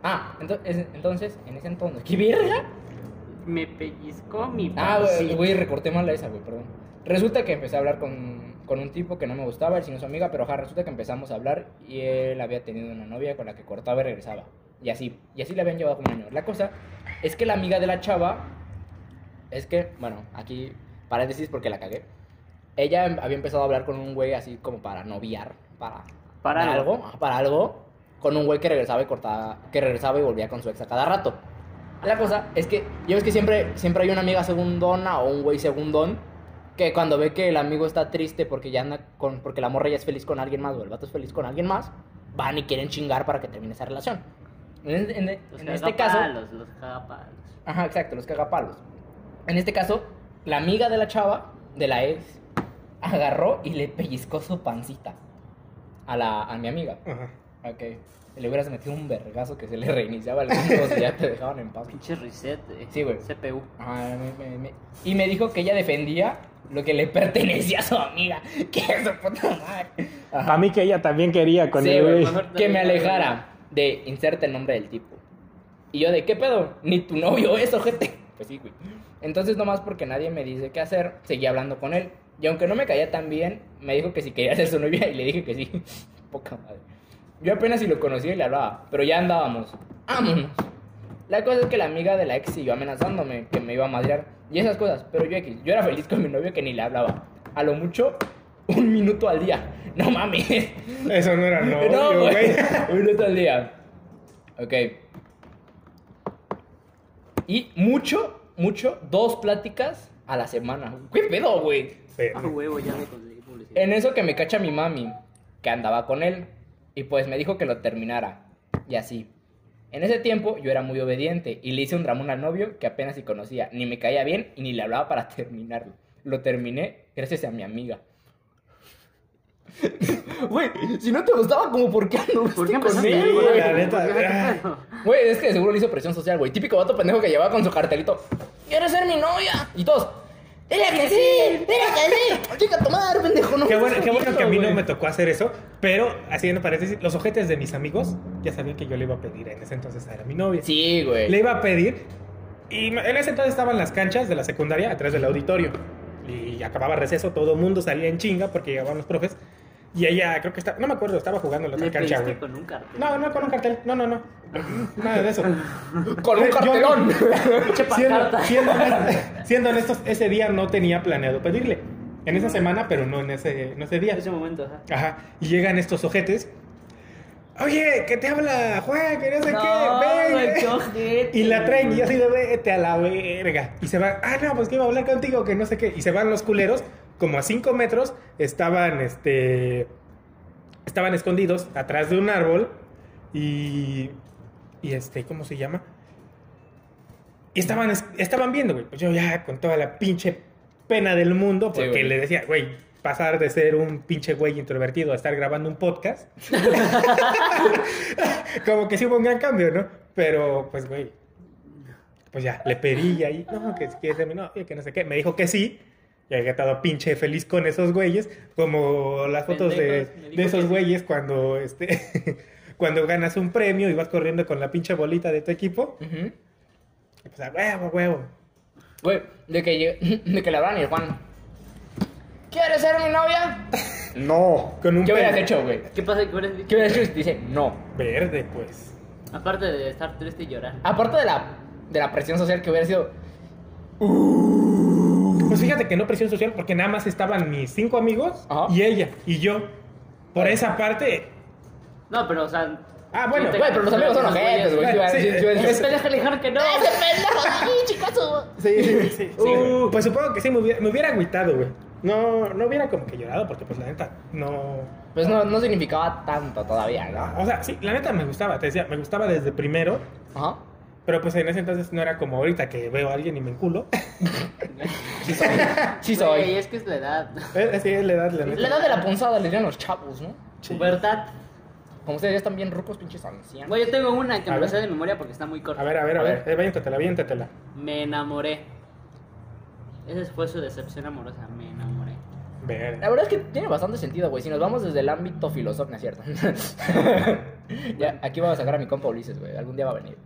S3: Ah, entonces, entonces en ese entonces. ¿Qué verga?
S1: Me pellizcó mi
S3: Ah, güey,
S1: pancita.
S3: güey, recorté mal esa, güey, perdón. Resulta que empecé a hablar con, con un tipo que no me gustaba, él sino su amiga, pero ajá, resulta que empezamos a hablar y él había tenido una novia con la que cortaba y regresaba. Y así, y así le habían llevado como un año. La cosa es que la amiga de la chava, es que, bueno, aquí paréntesis porque la cagué. Ella em- había empezado a hablar con un güey así como para noviar, para,
S1: Para algo.
S3: ajá, para algo, con un güey que regresaba y cortaba, que regresaba y volvía con su ex a cada rato. La cosa es que, yo ves que siempre, siempre hay una amiga segundona o un güey segundón que cuando ve que el amigo está triste porque ya anda con, porque la morra ya es feliz con alguien más o el vato es feliz con alguien más, van y quieren chingar para que termine esa relación. En, en- en
S1: Los
S3: este caso,
S1: cagapalos, los cagapalos.
S3: Ajá, exacto, los cagapalos. En este caso, la amiga de la chava, de la ex, agarró y le pellizcó su pancita a, la, a mi amiga.
S2: Ajá.
S3: Ok. Le hubieras metido un vergazo que se le reiniciaba el Windows y ya te dejaban en paz.
S1: Pinche reset. eh.
S3: Sí, güey.
S1: CPU.
S3: Ajá, me- me- me- Y me dijo que ella defendía lo que le pertenecía a su amiga. Que es su puta madre.
S2: A mí que ella también quería con
S3: Sí,
S2: él,
S3: güey,
S2: güey.
S1: mejor-
S3: Que me alejara de inserte el nombre del tipo. Y yo de, ¿qué pedo? Ni tu novio es, ojete. Pues sí, güey. Entonces, nomás porque nadie me dice qué hacer, seguí hablando con él. Y aunque no me caía tan bien, me dijo que si quería ser su novia y le dije que sí. Poca madre. Yo apenas si lo conocí y le hablaba, pero ya andábamos. ¡Vámonos! La cosa es que la amiga de la ex siguió amenazándome que me iba a madrear y esas cosas, pero yo X, yo era feliz con mi novio que ni le hablaba. A lo mucho, un minuto al día. No mames.
S2: Eso no era novio,
S3: No,
S2: güey.
S3: güey. Un minuto al día. Ok. Y mucho, mucho, dos pláticas a la semana. ¿Qué pedo, güey?
S1: Ah,
S2: Verde.
S1: huevo, ya me conseguí publicidad.
S3: En eso que me cacha mi mami, que andaba con él. Y pues me dijo que lo terminara. Y así. En ese tiempo yo era muy obediente y le hice un dramón al novio que apenas si conocía. Ni me caía bien y ni le hablaba para terminarlo. Lo terminé gracias a mi amiga. Güey, si no te gustaba, como por qué anduviste
S1: ¿Por qué
S3: este con
S1: empezaste?
S3: él,
S1: ahí,
S3: güey?
S1: güey?
S2: la neta,
S1: ¿Por qué?
S2: ah.
S3: Güey, es que de seguro le hizo presión social, güey. Típico vato pendejo que llevaba con su cartelito. ¡Quiero ser mi novia! Y todos. ¡Dile que sí! ¡Dile que sí! ¡Chica, tomar, pendejo! no
S2: Qué
S3: me
S2: bueno, qué bueno
S3: sabía,
S2: que a mí no
S3: güey.
S2: me tocó hacer eso, pero haciendo paréntesis, los ojetes de mis amigos ya sabían que yo le iba a pedir en ese entonces a mi novia.
S3: Sí, güey.
S2: Le iba a pedir y me- en ese entonces estaban las canchas de la secundaria atrás del auditorio y acababa receso, todo el mundo salía en chinga porque llegaban los profes y ella creo que estaba, no me acuerdo, estaba jugando en la
S1: Le
S2: otra cancha,
S1: pediste
S2: güey.
S1: con un cartel.
S2: No, no con un cartel, no, no, no, nada de eso.
S3: Con un
S2: Yo-
S3: cartelón.
S1: Pinche
S2: siendo,
S1: pancarta.
S2: siendo honest- siendo honestos, ese día no tenía planeado pedirle. En esa semana, pero no en ese, no ese día.
S1: En ese momento, ajá.
S2: Ajá. Y llegan estos ojetes. Oye, que te habla Juan, que no sé
S1: No,
S2: qué,
S1: güey,
S2: ven.
S1: qué ojete,
S2: Y la traen y
S1: güey.
S2: así de vete a la verga. Y se van, ah, no, pues que iba a hablar contigo, que no sé qué. Y se van los culeros, como a 5 metros, estaban, este, estaban escondidos atrás de un árbol. Y, y este, ¿cómo se llama? Y estaban, es- estaban viendo, güey. Pues yo ya con toda la pinche pena del mundo,
S3: Sí,
S2: porque
S3: güey.
S2: le decía, güey, pasar de ser un pinche güey introvertido a estar grabando un podcast, como que sí hubo un gran cambio, ¿no? Pero, pues, güey, pues ya, le pedí y ahí, no, que si quieres ser mi novia, que no sé qué. Me dijo que sí. Y había estado pinche feliz con esos güeyes, como las fotos de,
S1: Pendejos, me dijo
S2: de esos
S1: que sí.
S2: güeyes cuando, este, cuando ganas un premio y vas corriendo con la pinche bolita de tu equipo.
S3: Ujú.
S2: Y pues, a huevo, huevo.
S3: Güey, de que, lle- de que le hablan y el Juan. ¿Quieres ser mi novia? No.
S2: Con un
S3: ¿Qué hubieras
S2: pene.
S3: hecho, güey?
S1: ¿Qué pasa? ¿Qué hubieras dicho?
S3: ¿Qué hubieras hecho? si te Dice, no.
S2: Verde, pues.
S1: Aparte de estar triste y llorar.
S3: Aparte de la, de la presión social que hubiera sido.
S2: Pues fíjate que no presión social porque nada más estaban mis cinco amigos
S3: Ajá.
S2: y ella y yo. Por esa parte,
S1: No, pero, o sea.
S2: Ah, bueno,
S1: sí te-
S3: Güey, pero los amigos son
S1: los
S3: ojetes, güey. Este
S1: güeyes-
S3: Sí,
S2: Sí,
S3: sí, sí,
S2: es-
S3: sí.
S1: Me deja alejar que no.
S2: Sí, sí, sí. Uh, pues supongo que sí, me hubiera, me hubiera agüitado, güey. No, no hubiera como que llorado, porque pues la neta, no...
S3: Pues no, no significaba tanto todavía, ¿no?
S2: O sea, sí, la neta me gustaba, te decía, me gustaba desde primero,
S3: Ajá.
S2: pero pues en ese entonces no era como ahorita que veo a alguien y me enculo.
S3: Sí
S1: Güey,
S3: soy.
S1: es que es la edad.
S2: Es- Así es la edad, la neta.
S3: La edad de la punzada le dieron los chavos, ¿no?
S2: Sí.
S1: Pubertad.
S3: Como ustedes ya están bien rucos, pinches ancianos.
S1: Güey, yo tengo una que
S2: A
S1: me la
S2: ver.
S1: sé de memoria porque está muy corta.
S2: A ver, a ver, a
S3: A
S2: ver,
S3: ver.
S2: eh, aviéntatela, aviéntatela.
S1: Me enamoré. Esa fue su decepción amorosa. Me enamoré.
S2: Ver.
S3: La verdad es que tiene bastante sentido, güey. Si nos vamos desde el ámbito filosófico, ¿no es cierto? ya, aquí vamos a sacar a mi compa Ulises, güey. Algún día va a venir.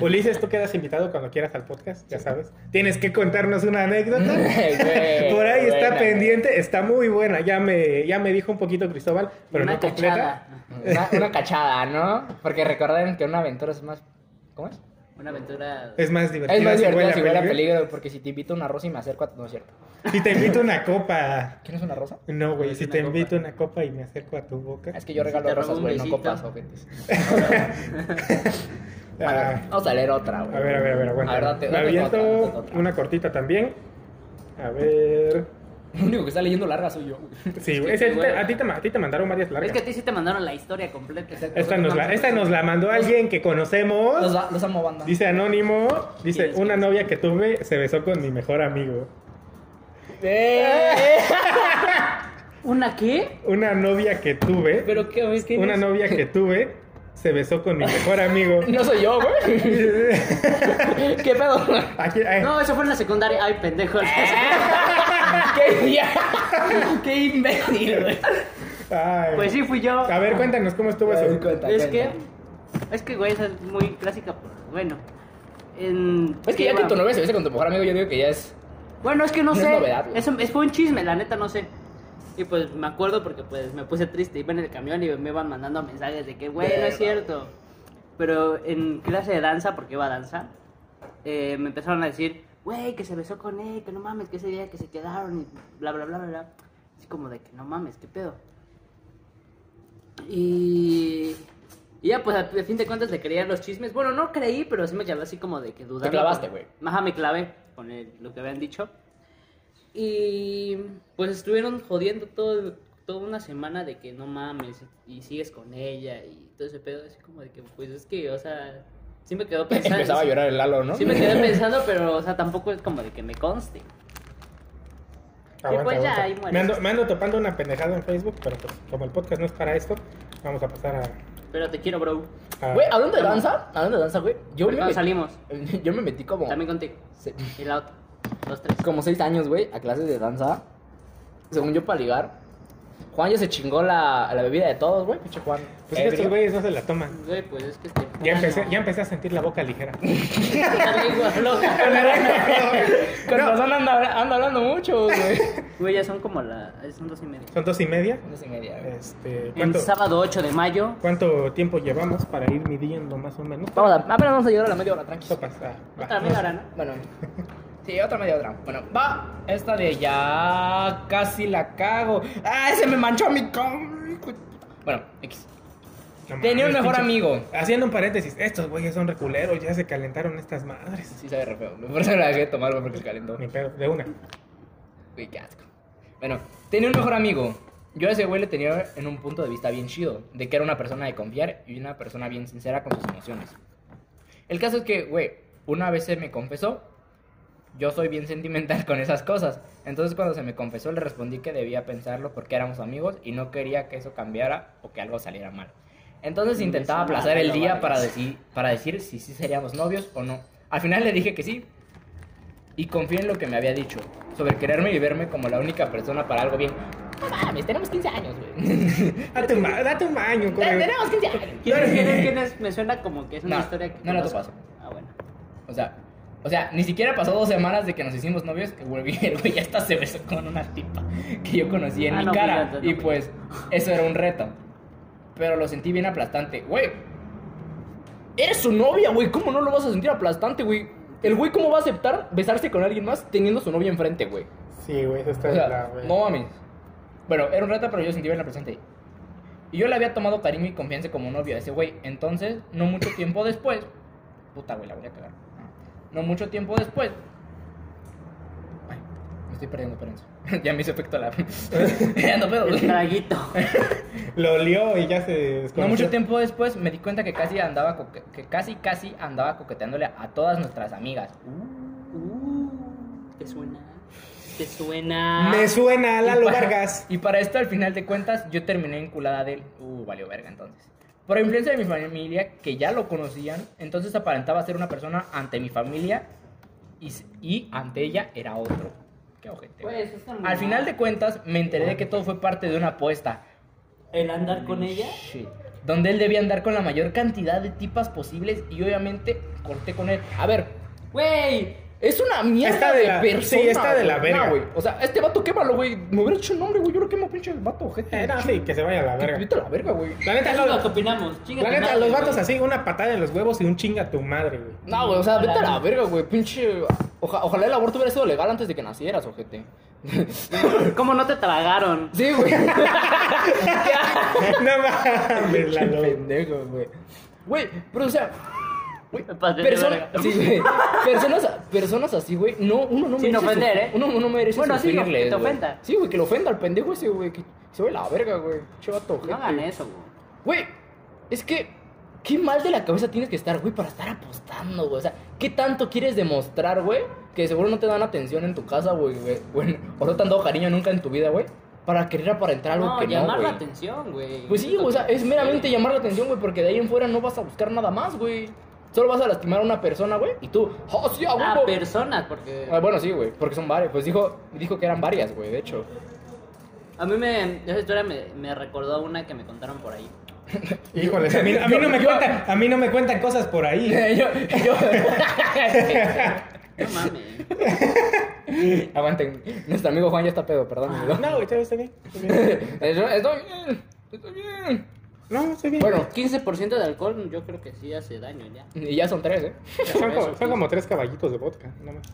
S2: Ulises, tú quedas invitado cuando quieras al podcast, ya sabes. Tienes que contarnos una anécdota.
S3: Güey,
S2: Por ahí está
S3: Mm. buena.
S2: pendiente, está muy buena. Ya me, ya me dijo un poquito Cristóbal, pero
S1: una
S2: no completa.
S1: cachada.
S3: Una, una cachada, ¿no? Porque recuerden que una aventura es más. ¿Cómo es?
S1: Una aventura.
S2: Es más divertida.
S3: Es más
S2: si huele
S3: divertida
S2: a
S3: si huele a
S2: peligro.
S3: peligro, porque si te invito a una rosa y me acerco a. No es cierto.
S2: Si te invito una copa.
S3: ¿Quién es una rosa?
S2: No, güey,
S1: Es
S2: si
S1: una
S2: te
S1: copa.
S2: invito una copa y me acerco a tu boca.
S3: Es que yo
S1: Si
S3: regalo
S1: te robo
S3: rosas,
S1: un
S3: güey, no
S1: besito.
S3: copas, ojetes. A ver,
S2: Ah,
S3: Vamos a leer otra, güey.
S2: a ver, a ver, a ver, aguanta.
S3: A ver, date-
S2: Me
S3: date
S2: aviento
S3: otra, date otra.
S2: una cortita también. A ver.
S3: El único que está leyendo larga soy yo, güey.
S2: Sí,
S1: que,
S2: es el-
S1: güey.
S2: a, ti te, ma- a ti te mandaron varias
S1: Es
S2: largas.
S1: que a ti sí te mandaron la historia completa.
S3: Exacto.
S2: esta, nos la, esta nos la mandó alguien que
S3: Los,
S2: conocemos.
S3: va- los amo, banda.
S2: Dice Anónimo, dice,
S1: ¿Quién es?
S2: una novia que tuve se besó con mi mejor amigo.
S3: ¡Eh!
S1: ¿Una qué?
S2: Una novia que tuve,
S1: ¿Pero qué? ¿Ves que
S2: una novia que tuve se besó con mi mejor amigo.
S3: No soy yo, güey. ¿Qué pedo?
S2: Aquí, ay,
S1: No, eso fue en la secundaria. Ay, pendejo.
S2: Eh.
S3: ¡Qué día! ¡Qué imbécil, güey!
S2: ay.
S1: Pues sí, fui yo.
S2: A ver, cuéntanos cómo estuvo eso.
S1: Es que, es que, güey, esa es muy clásica. pero Bueno, en-
S3: Es que ya que
S1: bueno,
S3: tu novia se viste con tu mejor amigo, yo digo que ya es.
S1: Bueno, es que no,
S3: no es
S1: sé.
S3: novedad, güey.
S1: Eso- es- fue un chisme, la neta, no sé. Y pues me acuerdo porque pues me puse triste. Iba en el camión y me iban mandando mensajes de que, güey, no
S3: Verga.
S1: es cierto. Pero en clase de danza, porque iba a danza, eh, me empezaron a decir, güey, que se besó con él, que no mames, que ese día que se quedaron y bla, bla, bla, bla, bla. Así como de que no mames, qué pedo. Y, y ya, pues a, a fin de cuentas le creía los chismes. Bueno, no creí, pero sí me quedó así como de que dudando.
S3: clavaste, güey.
S1: Ajá, me clavé con el- lo que habían dicho. Y pues estuvieron jodiendo todo, toda una semana de que no mames y sigues con ella y todo ese pedo. Así como de que, pues es que, o sea, sí me quedó pensando.
S3: Empezaba a llorar el Lalo, ¿no?
S1: Sí me quedé pensando, pero, o sea, tampoco es como de que me conste.
S2: Aguanta,
S1: pues ya,
S2: aguanta.
S1: ahí mueres.
S2: me, ando, me ando topando una pendejada en Facebook, pero pues como el podcast no es para esto, vamos a pasar a.
S1: Pero te quiero, bro.
S2: a-
S3: Güey, hablando de danza, hablando de danza, güey. Yo,
S1: Porque
S3: me
S1: cuando
S3: metí-
S1: salimos,
S3: yo me metí como.
S1: también contigo.
S3: se-
S1: Y la otra, los tres.
S3: Como seis años, güey, a clases de danza. según yo, para ligar. Juan ya se chingó la, la bebida de todos, güey. Pinche Juan.
S2: Pues es que estos
S3: ebrio.
S2: güeyes no se la toman.
S1: Güey, pues es que este.
S2: Ya empecé,
S1: plano-
S2: ya empecé a sentir la boca ligera.
S3: Con razón anda, anda hablando mucho, güey.
S1: Güey, ya son como la. Son dos y media.
S2: Son dos y media.
S3: Una y media, güey.
S2: Este,
S1: El
S2: ¿cuánto,
S1: sábado 8 de mayo.
S2: cuánto tiempo llevamos para ir midiendo más o menos?
S3: Vamos a, apenas vamos a llegar a la media hora, tranqui.
S2: Sopas. ah, va.
S1: Otra media hora, ¿no?
S3: Bueno, sí, otra media hora. Bueno, va. Esta de ya casi la cago. ¡Ah, se me manchó mi com! Bueno, X.
S2: No
S3: Tenía un
S2: mames,
S3: mejor
S2: pinche-
S3: amigo.
S2: Haciendo un paréntesis, estos güeyes son reculeros, ya se calentaron estas madres.
S3: Sí, sabe re feo. Por eso la dejé de tomar, güey, porque se calentó.
S2: Ni pedo, de una.
S3: Güey, qué asco. Bueno, tenía un mejor amigo. Yo a ese güey le tenía en un punto de vista bien chido, de que era una persona de confiar y una persona bien sincera con sus emociones. El caso es que, güey, una vez se me confesó, yo soy bien sentimental con esas cosas. Entonces cuando se me confesó le respondí que debía pensarlo porque éramos amigos y no quería que eso cambiara o que algo saliera mal. Entonces
S1: Mm,
S3: intentaba
S1: esa madre
S3: aplazar el
S1: no
S3: día
S1: vale.
S3: para decir, para decir si sí seríamos novios o no. Al final le dije que sí, y confié en lo que me había dicho sobre quererme y verme como la única persona para algo bien. No mames, tenemos 15 años, güey.
S2: Date un, ba- date un baño, güey.
S3: tenemos 15 años.
S1: ¿Quién es, quién es, quién es? Me suena como que es una
S3: No,
S1: historia que.
S3: no la
S1: conozco.
S3: topas.
S1: Ah, bueno.
S3: O sea, o sea, ni siquiera pasó dos semanas de que nos hicimos novios que güey, el güey ya hasta se besó con una tipa que yo conocí en
S1: Ah,
S3: mi
S1: no,
S3: cara.
S1: fíjate, no,
S3: y pues, eso era un reto. Pero lo sentí bien aplastante. Güey, eres su novia, güey. ¿Cómo no lo vas a sentir aplastante, güey? El güey, ¿cómo va a aceptar besarse con alguien más teniendo su novia enfrente, güey?
S2: Sí, güey, eso está
S3: O
S2: de
S3: sea,
S2: la güey.
S3: no mames. Bueno, era un reto, pero yo sentí bien la presente. Y yo le había tomado cariño y confianza como novio a ese güey. Entonces, no mucho tiempo después. Puta, güey, la voy a cagar. No mucho tiempo después. Ay, me estoy perdiendo, espérense. ya me hizo efecto la. Ya no pedo.
S1: El traguito.
S2: Lo olió y ya se
S3: No
S2: desconoció.
S3: mucho tiempo después me di cuenta que casi andaba coque- que casi casi andaba coqueteándole a todas nuestras amigas.
S1: Uh, ¿Te suena? ¿Te suena?
S2: Me suena a
S3: Ah. Y
S2: Lalo
S3: para-
S2: Vargas.
S3: Y para esto, al final de cuentas, yo terminé enculada de él. Uh, valió verga entonces. Por influencia de mi familia, que ya lo conocían, entonces aparentaba ser una persona ante mi familia y, s- y ante ella era otro. Qué ojete. güey.
S1: Pues, es normal.
S3: Al final de cuentas, me enteré de que todo fue parte de una apuesta.
S1: ¿El andar con ella?
S3: Oh, Shit. Donde él debía andar con la mayor cantidad de tipas posibles y obviamente corté con él. A ver,
S1: ¡Güey!
S3: es una mierda
S2: Está de
S3: de,
S2: la-
S3: persona.
S2: sí, está de la
S3: güey.
S2: verga.
S3: No, güey. O sea, este vato quémalo, güey. Me hubiera hecho un nombre, güey. Yo lo quemo, pinche vato, ojete.
S2: Eh, no, sí, que se vaya a la
S3: Que te
S2: verga.
S3: vete a la verga, güey.
S2: La neta,
S1: Eso es
S2: no-
S1: lo que opinamos. Chinga
S2: la
S1: tu
S2: neta,
S1: madre,
S2: los
S1: güey.
S2: vatos así, una patada en los huevos y un chinga tu madre, güey.
S3: No, güey, o sea, vete a la verga, güey. Pinche. Oja- ojalá el aborto hubiera sido legal antes de que nacieras, ojete.
S1: ¿Cómo no te tragaron?
S3: Sí, güey.
S2: No mames,
S3: Qué
S2: Lalo.
S3: pendejo, güey. Güey, pero o sea. güey,
S1: Me pasé de
S3: persona-
S1: verga.
S3: sí, güey. personas, personas así, güey, no, uno no
S1: Sin
S3: merece
S1: ofender,
S3: su-
S1: ¿eh?
S3: Uno, uno no merece
S1: Bueno, sí,
S3: sufrirles,
S1: que te
S3: güey.
S1: ofenda.
S3: Sí, güey, que lo ofenda al pendejo ese, güey, que se ve la verga, güey. Che vato, ojete.
S1: No hagan eso, güey.
S3: Güey, es que. Qué mal de la cabeza tienes que estar, güey, para estar apostando, güey. O sea, ¿qué tanto quieres demostrar, güey? Que seguro no te dan atención en tu casa, güey, güey. güey, O no te han dado cariño nunca en tu vida, güey. Para querer aparentar algo
S1: No,
S3: que no,
S1: llamar
S3: güey.
S1: la atención, güey.
S3: Pues sí, o sea, es meramente llamar la atención, güey, porque de ahí en fuera no vas a buscar nada más, güey. Solo vas a lastimar a una persona, güey, y tú, ¡oh, sí, a
S1: A
S3: huevo!
S1: personas, porque.
S3: Ah, bueno, sí, güey, porque son varias. Pues dijo, dijo que eran varias, güey, de hecho.
S1: A mí me. Esa historia me, me recordó a una que me contaron por ahí.
S2: Híjoles, a mí, a mí no me cuentan, a mí no me cuentan cosas por ahí.
S3: yo, yo...
S1: No mames.
S3: Aguanten, nuestro amigo Juan ya está pedo, perdón.
S2: No, güey, está bien, está bien.
S3: estoy bien, estoy bien.
S2: No, estoy bien.
S3: Bueno,
S1: 15% de alcohol, yo creo que sí hace daño ya.
S3: y ya son tres, ¿eh?
S2: son, como, son como tres caballitos de vodka, nada más.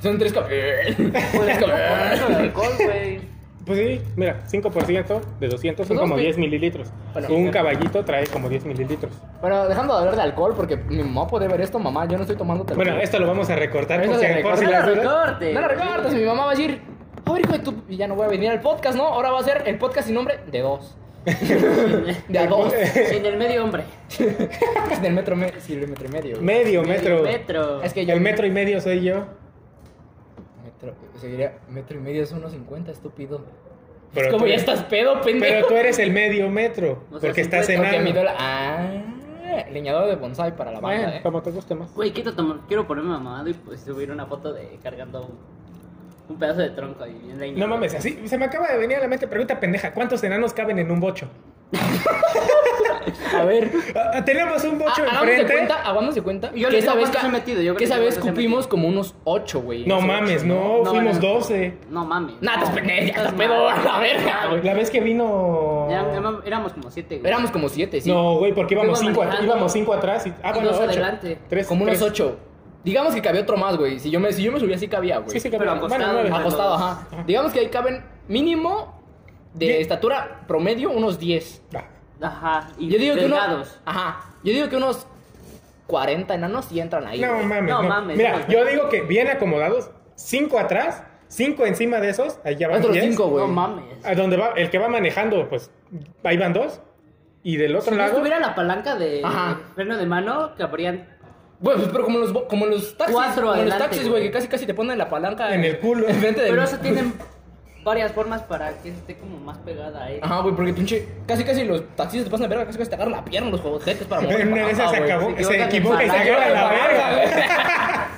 S3: Son tres cap... Tres
S1: Por eso el
S3: cap...
S1: alcohol, güey.
S2: Pues sí, mira, 5% de 200 son
S3: Pues
S2: como
S3: dos,
S2: 10 mililitros.
S3: Bueno,
S2: un
S3: sí.
S2: caballito trae como 10 mililitros.
S3: Bueno, dejando de hablar de alcohol, porque mi mamá puede ver esto, mamá, yo no estoy tomando tequila.
S2: Bueno, esto lo vamos a recortar
S3: Eso
S2: por si,
S3: se
S2: por si
S1: No
S3: recorta.
S2: las
S1: lo
S2: dudas.
S1: recortes.
S3: No la recortes, mi mamá va a decir, ahora hijo de tu... Y ya no voy a venir al podcast, ¿no? Ahora va a ser el podcast sin nombre de dos. De a dos.
S1: Sin el medio hombre.
S3: Del metro, me... sí, del metro y medio. güey.
S2: Medio metro.
S1: Metro.
S3: Es que yo...
S2: El metro y medio soy yo.
S3: Metro, seguiría, metro y medio es 1.50, estúpido.
S2: Pero
S3: Como
S2: tú-
S3: ya estás pedo, pendejo.
S2: Pero tú eres el medio metro,
S1: O sea,
S2: porque estás
S3: Porque
S1: 50,
S2: enano.
S3: mi dólar... Ah, leñador de bonsai para la banda,
S2: Bueno,
S3: ¿eh?
S2: como te guste más.
S1: Güey, quiero, tomar- quiero ponerme mamado y pues subir una foto de cargando un- Un pedazo de tronco ahí, bien leñado.
S2: No mames, así se me acaba de venir a la mente pregunta pendeja, ¿cuántos enanos caben en un bocho?
S3: A ver.
S2: Ah, ah, Tenemos un bocho
S3: Ah, ¿eh? Hagamos de
S2: enfrente.
S3: cuenta, hagamos de cuenta.
S1: Yo
S3: que
S1: les
S3: esa vez,
S1: digo cuántos
S3: ca-
S1: han metido, yo creo
S3: que
S1: que
S3: esa
S1: cuántos
S3: vez
S1: han
S3: cupimos
S1: metido.
S3: como unos 8, güey.
S2: No
S3: esos
S2: mames,
S3: ocho,
S2: no,
S1: No,
S2: fuimos
S1: no.
S2: 12.
S1: No mames.
S3: Nah, estás pendejo, ya estás pedo a la verga, Ah, güey.
S2: La vez que vino.
S1: Ya- ya- Éramos como siete, güey.
S3: Éramos como 7, sí.
S2: No, güey, porque íbamos
S1: Fuimos
S2: cinco,
S1: manejando.
S2: íbamos cinco atrás. Y... Ah,
S1: Y
S2: bueno,
S1: dos
S2: ocho.
S1: adelante.
S3: Pues
S2: Tres,
S3: como unos
S2: tres.
S3: 8. Digamos que cabía otro más, güey. Si yo me, si yo me subía, sí cabía, güey.
S2: Sí, sí,
S1: Pero
S2: cabrón. Bueno,
S1: acostados,
S2: nueve.
S1: ¿no?
S3: Acostado, ajá. Digamos que ahí caben mínimo de
S2: Die-
S3: estatura promedio unos 10.
S2: Ah,
S1: Ajá. Y
S3: Yo digo que unos.
S1: delgados.
S3: Ajá. Yo digo que unos 40 enanos sí entran ahí.
S2: No
S3: güey.
S2: mames,
S1: No
S2: no.
S1: mames,
S2: Mira,
S1: no.
S2: yo digo que bien acomodados, cinco atrás, cinco encima de esos, ahí ya van
S3: Otros
S2: diez.
S3: 5, güey.
S1: No mames.
S2: A donde va, el que va manejando, pues ahí van dos. Y del otro
S1: Si no
S2: lado.
S1: estuviera la palanca de
S3: Ajá.
S1: freno de mano, cabrían.
S3: Güey, pues, pero como los, bo- como los taxis.
S1: Cuatro
S3: como los
S1: adelante,
S3: taxis,
S1: güey.
S3: güey, que casi casi te ponen la palanca.
S2: En el culo.
S3: Enfrente de
S1: Pero eso tienen varias formas para que esté como más pegada ahí.
S3: Ajá, güey, porque pinche. Casi casi los taxistas te pasan de verga, casi casi te agarran la pierna los juguetes para mover.
S2: Una de esas se acabó,
S1: se
S2: se
S1: equivocan
S2: equivoca y
S1: en
S2: se
S1: palanca.
S2: agarra la verga.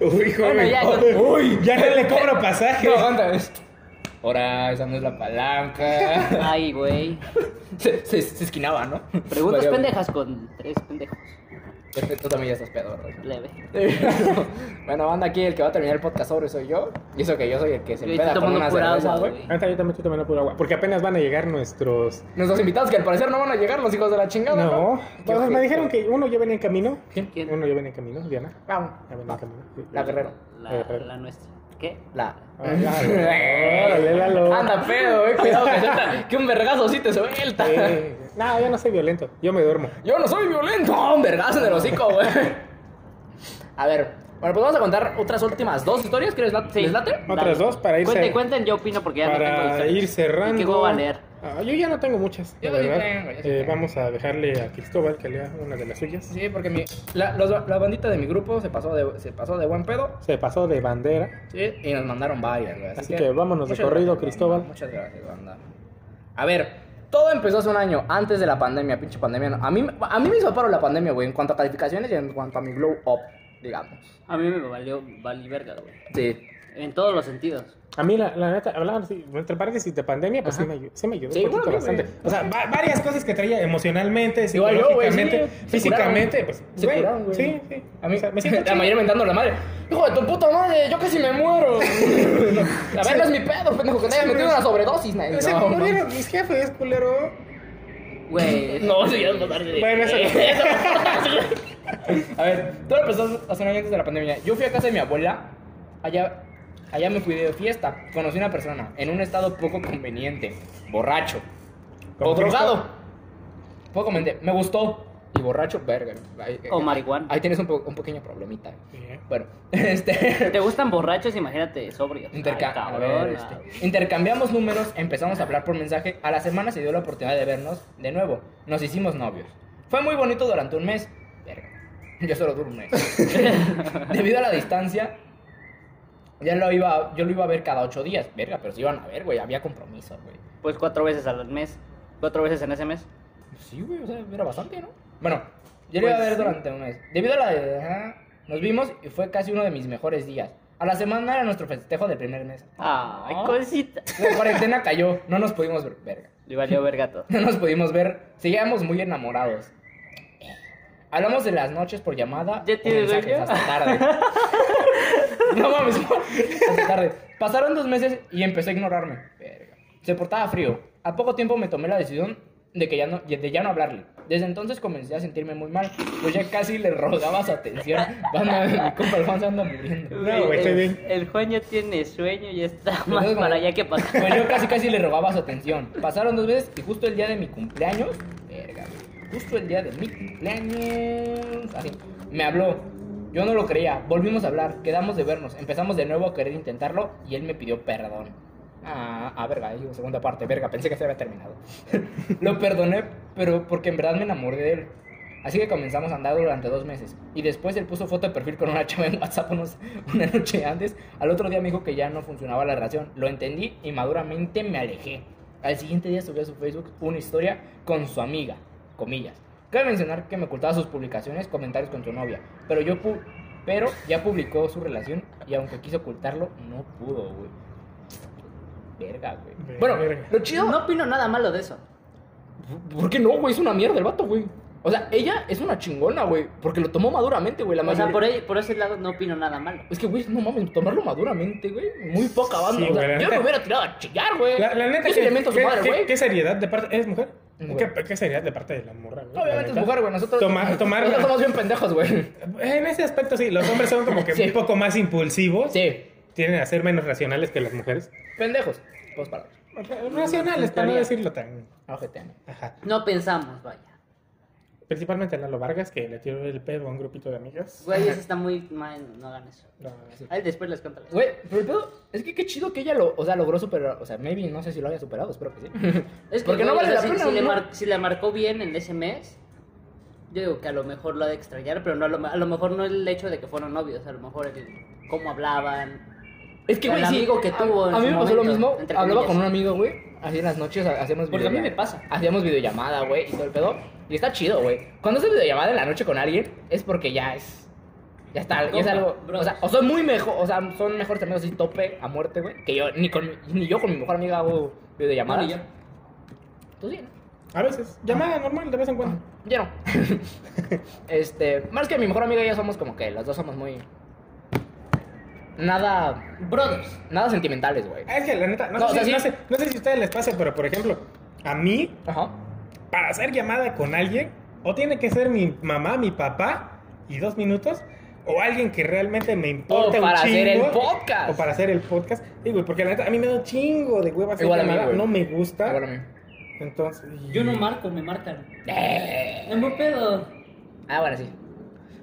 S2: Uy, joven.
S1: Bueno, ya,
S2: Uy, ya no le cobro pasaje.
S3: No, aguanta, ves. Ahora, esa no es la palanca.
S1: Ay, güey.
S3: se, se, se esquinaba, ¿no?
S1: Preguntas
S3: Vale,
S1: pendejas con tres pendejos.
S3: Este, tú también ya estás pedo, güey.
S1: Leve.
S3: bueno, banda aquí, el que va a terminar el podcast sobre soy yo. Y eso que yo soy el que se
S1: Yo
S3: empeda
S1: estoy
S3: con
S1: tomando
S3: una
S1: pura
S3: cerveza,
S1: agua,
S3: güey.
S1: güey.
S2: Ahorita yo también estoy tomando pura agua. Porque apenas van a llegar nuestros.
S3: Nuestros invitados que al parecer no van a llegar, los hijos de la chingada.
S2: No,
S3: No,
S2: pues, me dijeron que uno ya venía en camino.
S3: ¿Quién?
S1: ¿Quién?
S2: Uno ya venía en camino, Diana.
S3: Vamos.
S2: Ya venía en camino. Sí.
S3: La guerrero.
S1: La, la nuestra. ¿Qué?
S3: La.
S2: Ah, ya. Órale, Lalo.
S3: Anda pedo, eh. Cuidado que, suelta- que un vergazo sí te suelta.
S2: Eh, no, yo no soy violento. Yo me duermo.
S3: Yo no soy violento. Ah, Un vergazo en el hocico, güey. A ver. Bueno, pues vamos a contar otras últimas dos historias. ¿Quieres late?
S1: Sí.
S3: ¿Les late?
S2: Otras
S1: Dale.
S2: dos para irse.
S1: Cuenten, cuenten, yo opino porque ya no tengo
S2: para
S1: historias.
S2: ir cerrando.
S1: ¿Y qué huevo a leer?
S2: Ah, yo ya no tengo muchas.
S3: Yo
S2: la
S3: sí
S2: verdad.
S3: tengo, yo sí
S2: Eh,
S3: tengo.
S2: Vamos a dejarle a Cristóbal que lea una de las suyas.
S3: Sí, porque mi, la, los- la bandita de mi grupo se pasó de, se pasó de buen pedo.
S2: Se pasó de bandera.
S3: Sí, y nos mandaron varias, güey.
S2: Así que vámonos de
S3: muchas
S2: corrido,
S3: gracias,
S2: Cristóbal.
S3: banda. Muchas gracias, banda. A ver, todo empezó hace un año, antes de la pandemia, pinche pandemia. no. A mí, a mí me hizo paro la pandemia, güey, en cuanto a calificaciones y en cuanto a mi glow up, digamos.
S1: A mí me valió vali verga, güey.
S3: Sí.
S1: En todos los sentidos.
S2: A mí, la, la neta, hablaban así, entre paréntesis de pandemia, pues sí me, ayu- sí me ayudó
S3: Sí,
S2: un poquito
S3: igual a mí,
S2: bastante.
S3: güey.
S2: O sea, va- varias cosas que traía emocionalmente,
S3: Igual yo, güey,
S2: psicológicamente,
S3: sí, se
S2: físicamente.
S3: curaron.
S2: Pues,
S3: Se
S2: güey,
S3: curaron, güey.
S2: Sí, sí.
S3: A mí,
S2: O sea, me siento
S3: la mayoría inventando la madre. Hijo de tu puta madre, yo casi me muero. a ver, no es mi pedo, pendejo, que te hayas metido una sobredosis, nadie.
S2: chido. Se
S3: No,
S2: me murieron mis jefes, culero.
S1: Güey.
S3: No, sí, ya es pasarse de-
S2: Bueno, eso no.
S3: A ver, todo empezó hace un año antes de la pandemia. Yo fui a casa de mi abuela, allá, allá me fui de fiesta. Conocí a una persona en un estado poco conveniente, borracho o
S2: Con Cristo.
S3: drogado. Poco conveniente, me gustó. Y borracho, verga. Ahí-
S1: O
S3: ahí-
S1: marihuana.
S3: Ahí tienes un, po- un pequeño problemita.
S2: Bien.
S3: Bueno, este.
S1: ¿Te gustan borrachos? Imagínate, sobrios.
S3: Interca-
S1: Ay,
S3: a
S1: cabrón,
S3: ver,
S1: ah,
S3: este,
S1: güey.
S3: Intercambiamos números, empezamos a hablar por mensaje. A la semana se dio la oportunidad de vernos de nuevo. Nos hicimos novios. Fue muy bonito durante un mes. Verga. Yo solo duré un mes. Debido a la distancia, ya lo iba, yo lo iba a ver cada ocho días. Verga, pero se iban a ver, güey. Había compromiso, güey.
S1: Pues cuatro veces al mes. Cuatro veces en ese mes.
S3: Sí, güey, o sea, era bastante, ¿no? Bueno, yo lo iba a
S1: Pues
S3: ver
S1: sí.
S3: durante un mes. Debido a la... ajá, nos vimos y fue casi uno de mis mejores días. A la semana era nuestro festejo del primer mes.
S1: Ay,
S3: Ah.
S1: cosita.
S3: La cuarentena cayó, no nos pudimos ver. Verga.
S1: Le valió verga todo.
S3: No nos pudimos ver, seguíamos muy enamorados. Hablamos de las noches por llamada
S1: ¿Ya
S3: o
S1: tienes
S3: mensajes
S1: novio?
S3: hasta tarde. no mames, hasta tarde. Pasaron dos meses y empezó a ignorarme. Verga. Se portaba frío. A poco tiempo me tomé la decisión de que ya no, de ya no hablarle. Desde entonces comencé a sentirme muy mal, pues ya casi le rogaba su atención. Banda, mi compa Alfonso anda muriendo.
S2: No, güey, estoy
S1: el,
S2: bien.
S1: el Juan ya tiene sueño y está
S3: Pero
S1: más
S3: es como-
S1: para allá que para acá.
S3: Pues yo casi casi le robaba su atención. Pasaron dos veces y justo el día de mi cumpleaños, verga, güey, justo el día de mi cumpleaños, así, me habló. Yo no lo creía, volvimos a hablar, quedamos de vernos, empezamos de nuevo a querer intentarlo y él me pidió perdón. Ah, ah, verga, ahí, segunda parte, verga, pensé que se había terminado. lo perdoné, pero porque en verdad me enamoré de él. Así que comenzamos a andar durante dos meses. Y después él puso foto de perfil con una chava en WhatsApp unos- una noche antes. Al otro día me dijo que ya no funcionaba la relación. Lo entendí y maduramente me alejé. Al siguiente día subió a su Facebook una historia con su amiga, comillas. Cabe mencionar que me ocultaba sus publicaciones, comentarios con su novia. Pero yo, pu- Pero ya publicó su relación y aunque quiso ocultarlo, no pudo, güey. Verga, güey.
S2: Verga.
S3: Bueno, lo chido.
S1: No opino nada malo de eso.
S3: ¿Por qué no, güey? Es una mierda el vato, güey. O sea, ella es una chingona, güey. Porque lo tomó maduramente, güey. La
S1: O sea,
S3: mayoría-
S1: por, ahí- por ese lado no opino nada malo.
S3: Es que, güey, no mames, tomarlo maduramente, güey. Muy poca banda.
S2: Sí,
S3: o sea,
S2: güey, la
S3: yo
S2: neta.
S3: me hubiera tirado a chillar, güey.
S2: La, la neta,
S3: Ese
S2: ¿qué,
S3: elemento es
S2: qué-
S3: su madre,
S2: qué-
S3: güey.
S2: qué seriedad de parte. ¿Es mujer?
S3: Güey.
S2: ¿Qué, qué seriedad de parte de la morra, güey? La
S3: Obviamente es
S2: neta.
S3: mujer, güey. Nosotros,
S2: Tomar- tomar-
S3: nosotros somos bien pendejos, güey.
S2: En ese aspecto, sí. Los hombres son como que
S3: Sí.
S2: un poco más impulsivos.
S3: Sí,
S2: Tienen a ser menos racionales que las mujeres.
S3: pendejos. Dos palabras.
S2: Ra- Racionales, para no decirlo tan.
S3: Ajeteame.
S2: Ajá.
S1: No pensamos, vaya.
S2: Principalmente a Lalo Vargas, que le tiró el pedo a un grupito de amigas.
S1: Güey, eso está muy mal, no hagan eso.
S2: No, sí.
S1: Ahí después les cuento. la historia.
S3: Güey, pero el pedo es que qué chido que ella lo, o sea, logró superar. O sea, maybe no sé si lo haya superado, espero que sí.
S1: Es que
S3: Porque no
S1: güey,
S3: vale la
S1: o sea, si,
S3: pena,
S1: si le
S3: ¿no?
S1: mar- si la marcó bien en ese mes, yo digo que a lo mejor lo ha de extrañar, pero no, a, lo, a lo mejor no el hecho de que fueron novios, a lo mejor el cómo hablaban.
S3: Es que,
S1: Con
S3: güey,
S1: el
S3: sí.
S1: amigo que
S3: a-
S1: tuvo en
S3: A, mí
S1: su
S3: me pasó lo
S1: momento,
S3: mismo.
S1: entre
S3: Hablaba
S1: comillas.
S3: con un amigo, güey. Así en las noches ha- hacíamos
S1: Porque a mí
S3: videolla-
S1: me pasa.
S3: Hacíamos videollamada, güey, y todo el pedo. Y está chido, güey. Cuando haces videollamada en la noche con alguien, es porque ya es. Ya está, ya es
S1: Compa,
S3: algo.
S1: bros.
S3: O sea, o son muy mejor. O sea, son mejores amigos así tope a muerte, güey. Que yo, ni, con, mi- ni yo con mi mejor amiga hago videollamada.
S1: No, ni yo.
S3: Tú sí, ¿no?
S2: A veces. Llamada normal, de vez en cuando.
S3: Yo no. este, más que mi mejor amiga y yo somos como que los dos somos muy. Nada.
S1: Brothers.
S3: Nada sentimentales, güey.
S2: Ah, Es que la neta, no,
S3: No,
S2: sé,
S3: o sea,
S2: si,
S3: sí.
S2: no, sé, no sé si a ustedes les pasa, pero por ejemplo, a mí,
S3: Ajá.
S2: para hacer llamada con alguien, o tiene que ser mi mamá, mi papá, y dos minutos, o alguien que realmente me importa
S3: O para
S2: un
S3: hacer
S2: chingo,
S3: el podcast.
S2: O para hacer el podcast. Sí, güey, porque la neta, a mí me da un chingo de hueva hacer
S3: Igual a mí,
S2: llamada,
S3: güey.
S2: no me gusta.
S3: Ahora mismo.
S2: Entonces,
S1: Yo no marco, me marcan.
S3: Eh.
S1: Es muy pedo.
S3: Ah, bueno, sí.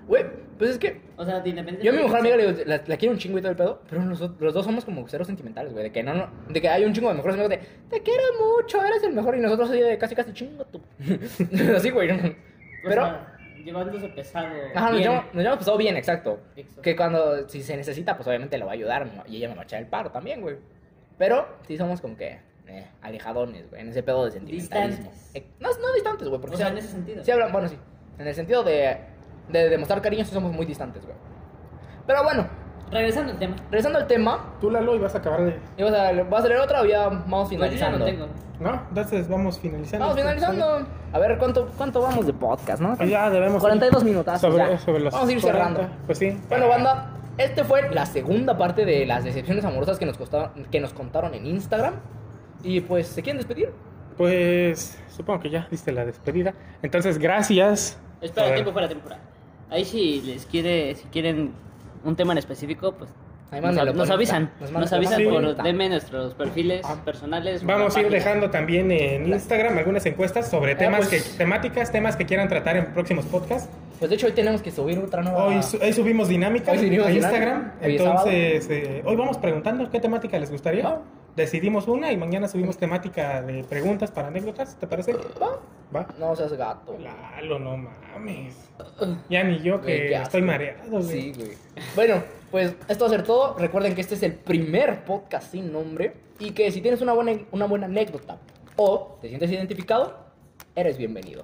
S3: Güey, pues es que
S1: O sea, de independencia.
S3: yo a mi mejor amiga le digo, la, la quiero un chingo y todo el pedo, pero nosotros, los dos somos como ceros sentimentales, güey. De que no, no, de que hay un chingo de mejores amigos de te quiero mucho, eres el mejor, y nosotros así de casi casi chingo tú. así, güey. no. Pero, ajá,
S1: llevándose pesado.
S3: nos
S1: bien.
S3: llevamos, nos llevamos pesado bien, exacto.
S1: Exacto.
S3: Que cuando, si se necesita, pues obviamente lo va a ayudar, ¿no? y ella me va a echar el paro también, güey. Pero, sí somos como que eh, alejadones, güey, en ese pedo de sentimentalismo.
S1: Distantes.
S3: Eh, no, no distantes, güey, porque
S1: O
S3: sí-
S1: sea, en ese sentido.
S3: Sí hablan, bueno, sí. En el sentido de, de demostrar cariño, sí somos muy distantes, güey. Pero bueno,
S1: Regresando al tema.
S3: regresando al tema,
S2: tú Lalo y vas a acabar de...
S3: ¿y vas a, ¿vas a leer otra o ya vamos
S1: Pues yo ya
S3: finalizando?
S1: no tengo.
S2: No, entonces vamos finalizando.
S3: Vamos finalizando. A ver, ¿cuánto, ¿cuánto vamos de podcast, no?
S2: Ah, Ya debemos...
S3: 42 minutazos,
S2: Sobre,
S3: ya.
S2: sobre los
S3: Vamos a ir
S2: 40,
S3: cerrando.
S2: Pues sí.
S3: Bueno, banda, este fue la segunda parte de las decepciones amorosas que nos, costaron, que nos contaron en Instagram. Y pues, ¿se quieren despedir?
S2: Pues supongo que ya diste la despedida. Entonces, gracias. A
S1: Espera,
S2: ver.
S1: tiempo fuera temporada. Ahí si les quiere, si quieren un tema en específico, pues
S3: Ahí
S1: nos,
S3: mándenlo
S1: nos
S3: por
S1: avisan.
S3: Insta.
S1: Nos,
S3: mándenlo
S1: avisan
S2: por
S1: por
S3: Insta.
S1: DM nuestros perfiles
S3: Ah.
S1: personales. o
S2: Vamos a ir
S1: página.
S2: dejando también en Instagram algunas encuestas sobre temas
S3: pues.
S2: que temáticas, temas que quieran tratar en próximos podcasts.
S3: Pues de hecho, hoy tenemos que subir otra nueva.
S2: Hoy, su- hoy subimos dinámica
S3: Ah. Hoy subimos
S2: a
S3: dinámica.
S2: Instagram.
S3: Hoy es Ah.
S2: Entonces, eh, hoy vamos preguntando qué temática les gustaría.
S3: Va.
S2: Decidimos una y mañana subimos temática de preguntas para anécdotas, ¿te parece?
S3: ¿Va?
S2: Va.
S3: No seas gato.
S2: Lalo, no mames. Ya ni yo
S3: Ah. Güey,
S2: que
S3: qué asco.
S2: estoy mareado. güey.
S3: Sí, güey. Bueno, pues esto va a ser todo. Recuerden que este es el primer podcast sin nombre y que si tienes una buena, una buena anécdota o te sientes identificado, eres bienvenido.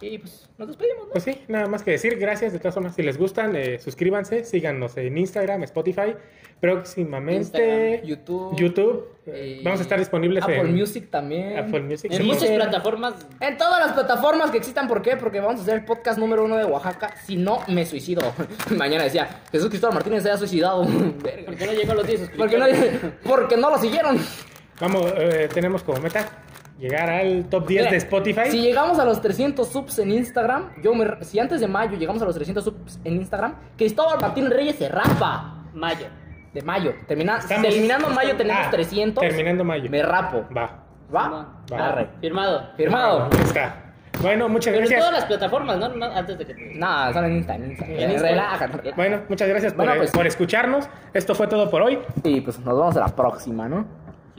S3: Y pues nos despedimos, ¿no?
S2: Pues sí, nada más que decir, gracias de todas formas. Si les gustan, eh, suscríbanse, síganos en Instagram, Spotify, próximamente
S1: Instagram,
S3: YouTube.
S2: YouTube. eh,
S3: eh,
S2: vamos a estar disponibles
S3: Apple
S2: en
S3: Music también.
S2: Apple Music.
S1: En
S2: Sí.
S1: muchas
S3: Sí.
S1: plataformas.
S3: En todas las plataformas que existan, ¿por qué? Porque vamos a hacer el podcast número uno de Oaxaca. Si no, me suicido. Mañana decía, Jesús Cristóbal Martínez se ha suicidado. Verga.
S1: Porque no llegó a los 10
S3: Porque no,
S1: suscriptores?
S3: porque no lo siguieron.
S2: Vamos, eh, tenemos como meta llegar al top 10 de
S3: Mira,
S2: Spotify.
S3: Si llegamos a los 300 subs en Instagram, yo me, re- si antes de mayo llegamos a los 300 subs en Instagram, Cristóbal Martín Reyes se rapa.
S1: Mayo.
S3: De mayo. Termina,
S2: Estamos-
S3: terminando mayo tenemos
S2: Ah,
S3: 300.
S2: Terminando mayo.
S3: Me rapo.
S2: Va.
S3: ¿Va?
S2: Va.
S3: Arre.
S1: Firmado.
S3: Firmado.
S2: Ahí está. Bueno, muchas
S1: Pero en todas
S2: gracias.
S1: las plataformas, ¿no? No, antes de que te...
S3: Nada, solo en Insta, en Insta.
S1: En Insta.
S3: Relájate, relájate.
S2: Bueno, muchas gracias por,
S3: Bueno, pues.
S2: por escucharnos. Esto fue todo por hoy.
S3: Y pues nos vemos a la próxima, ¿no?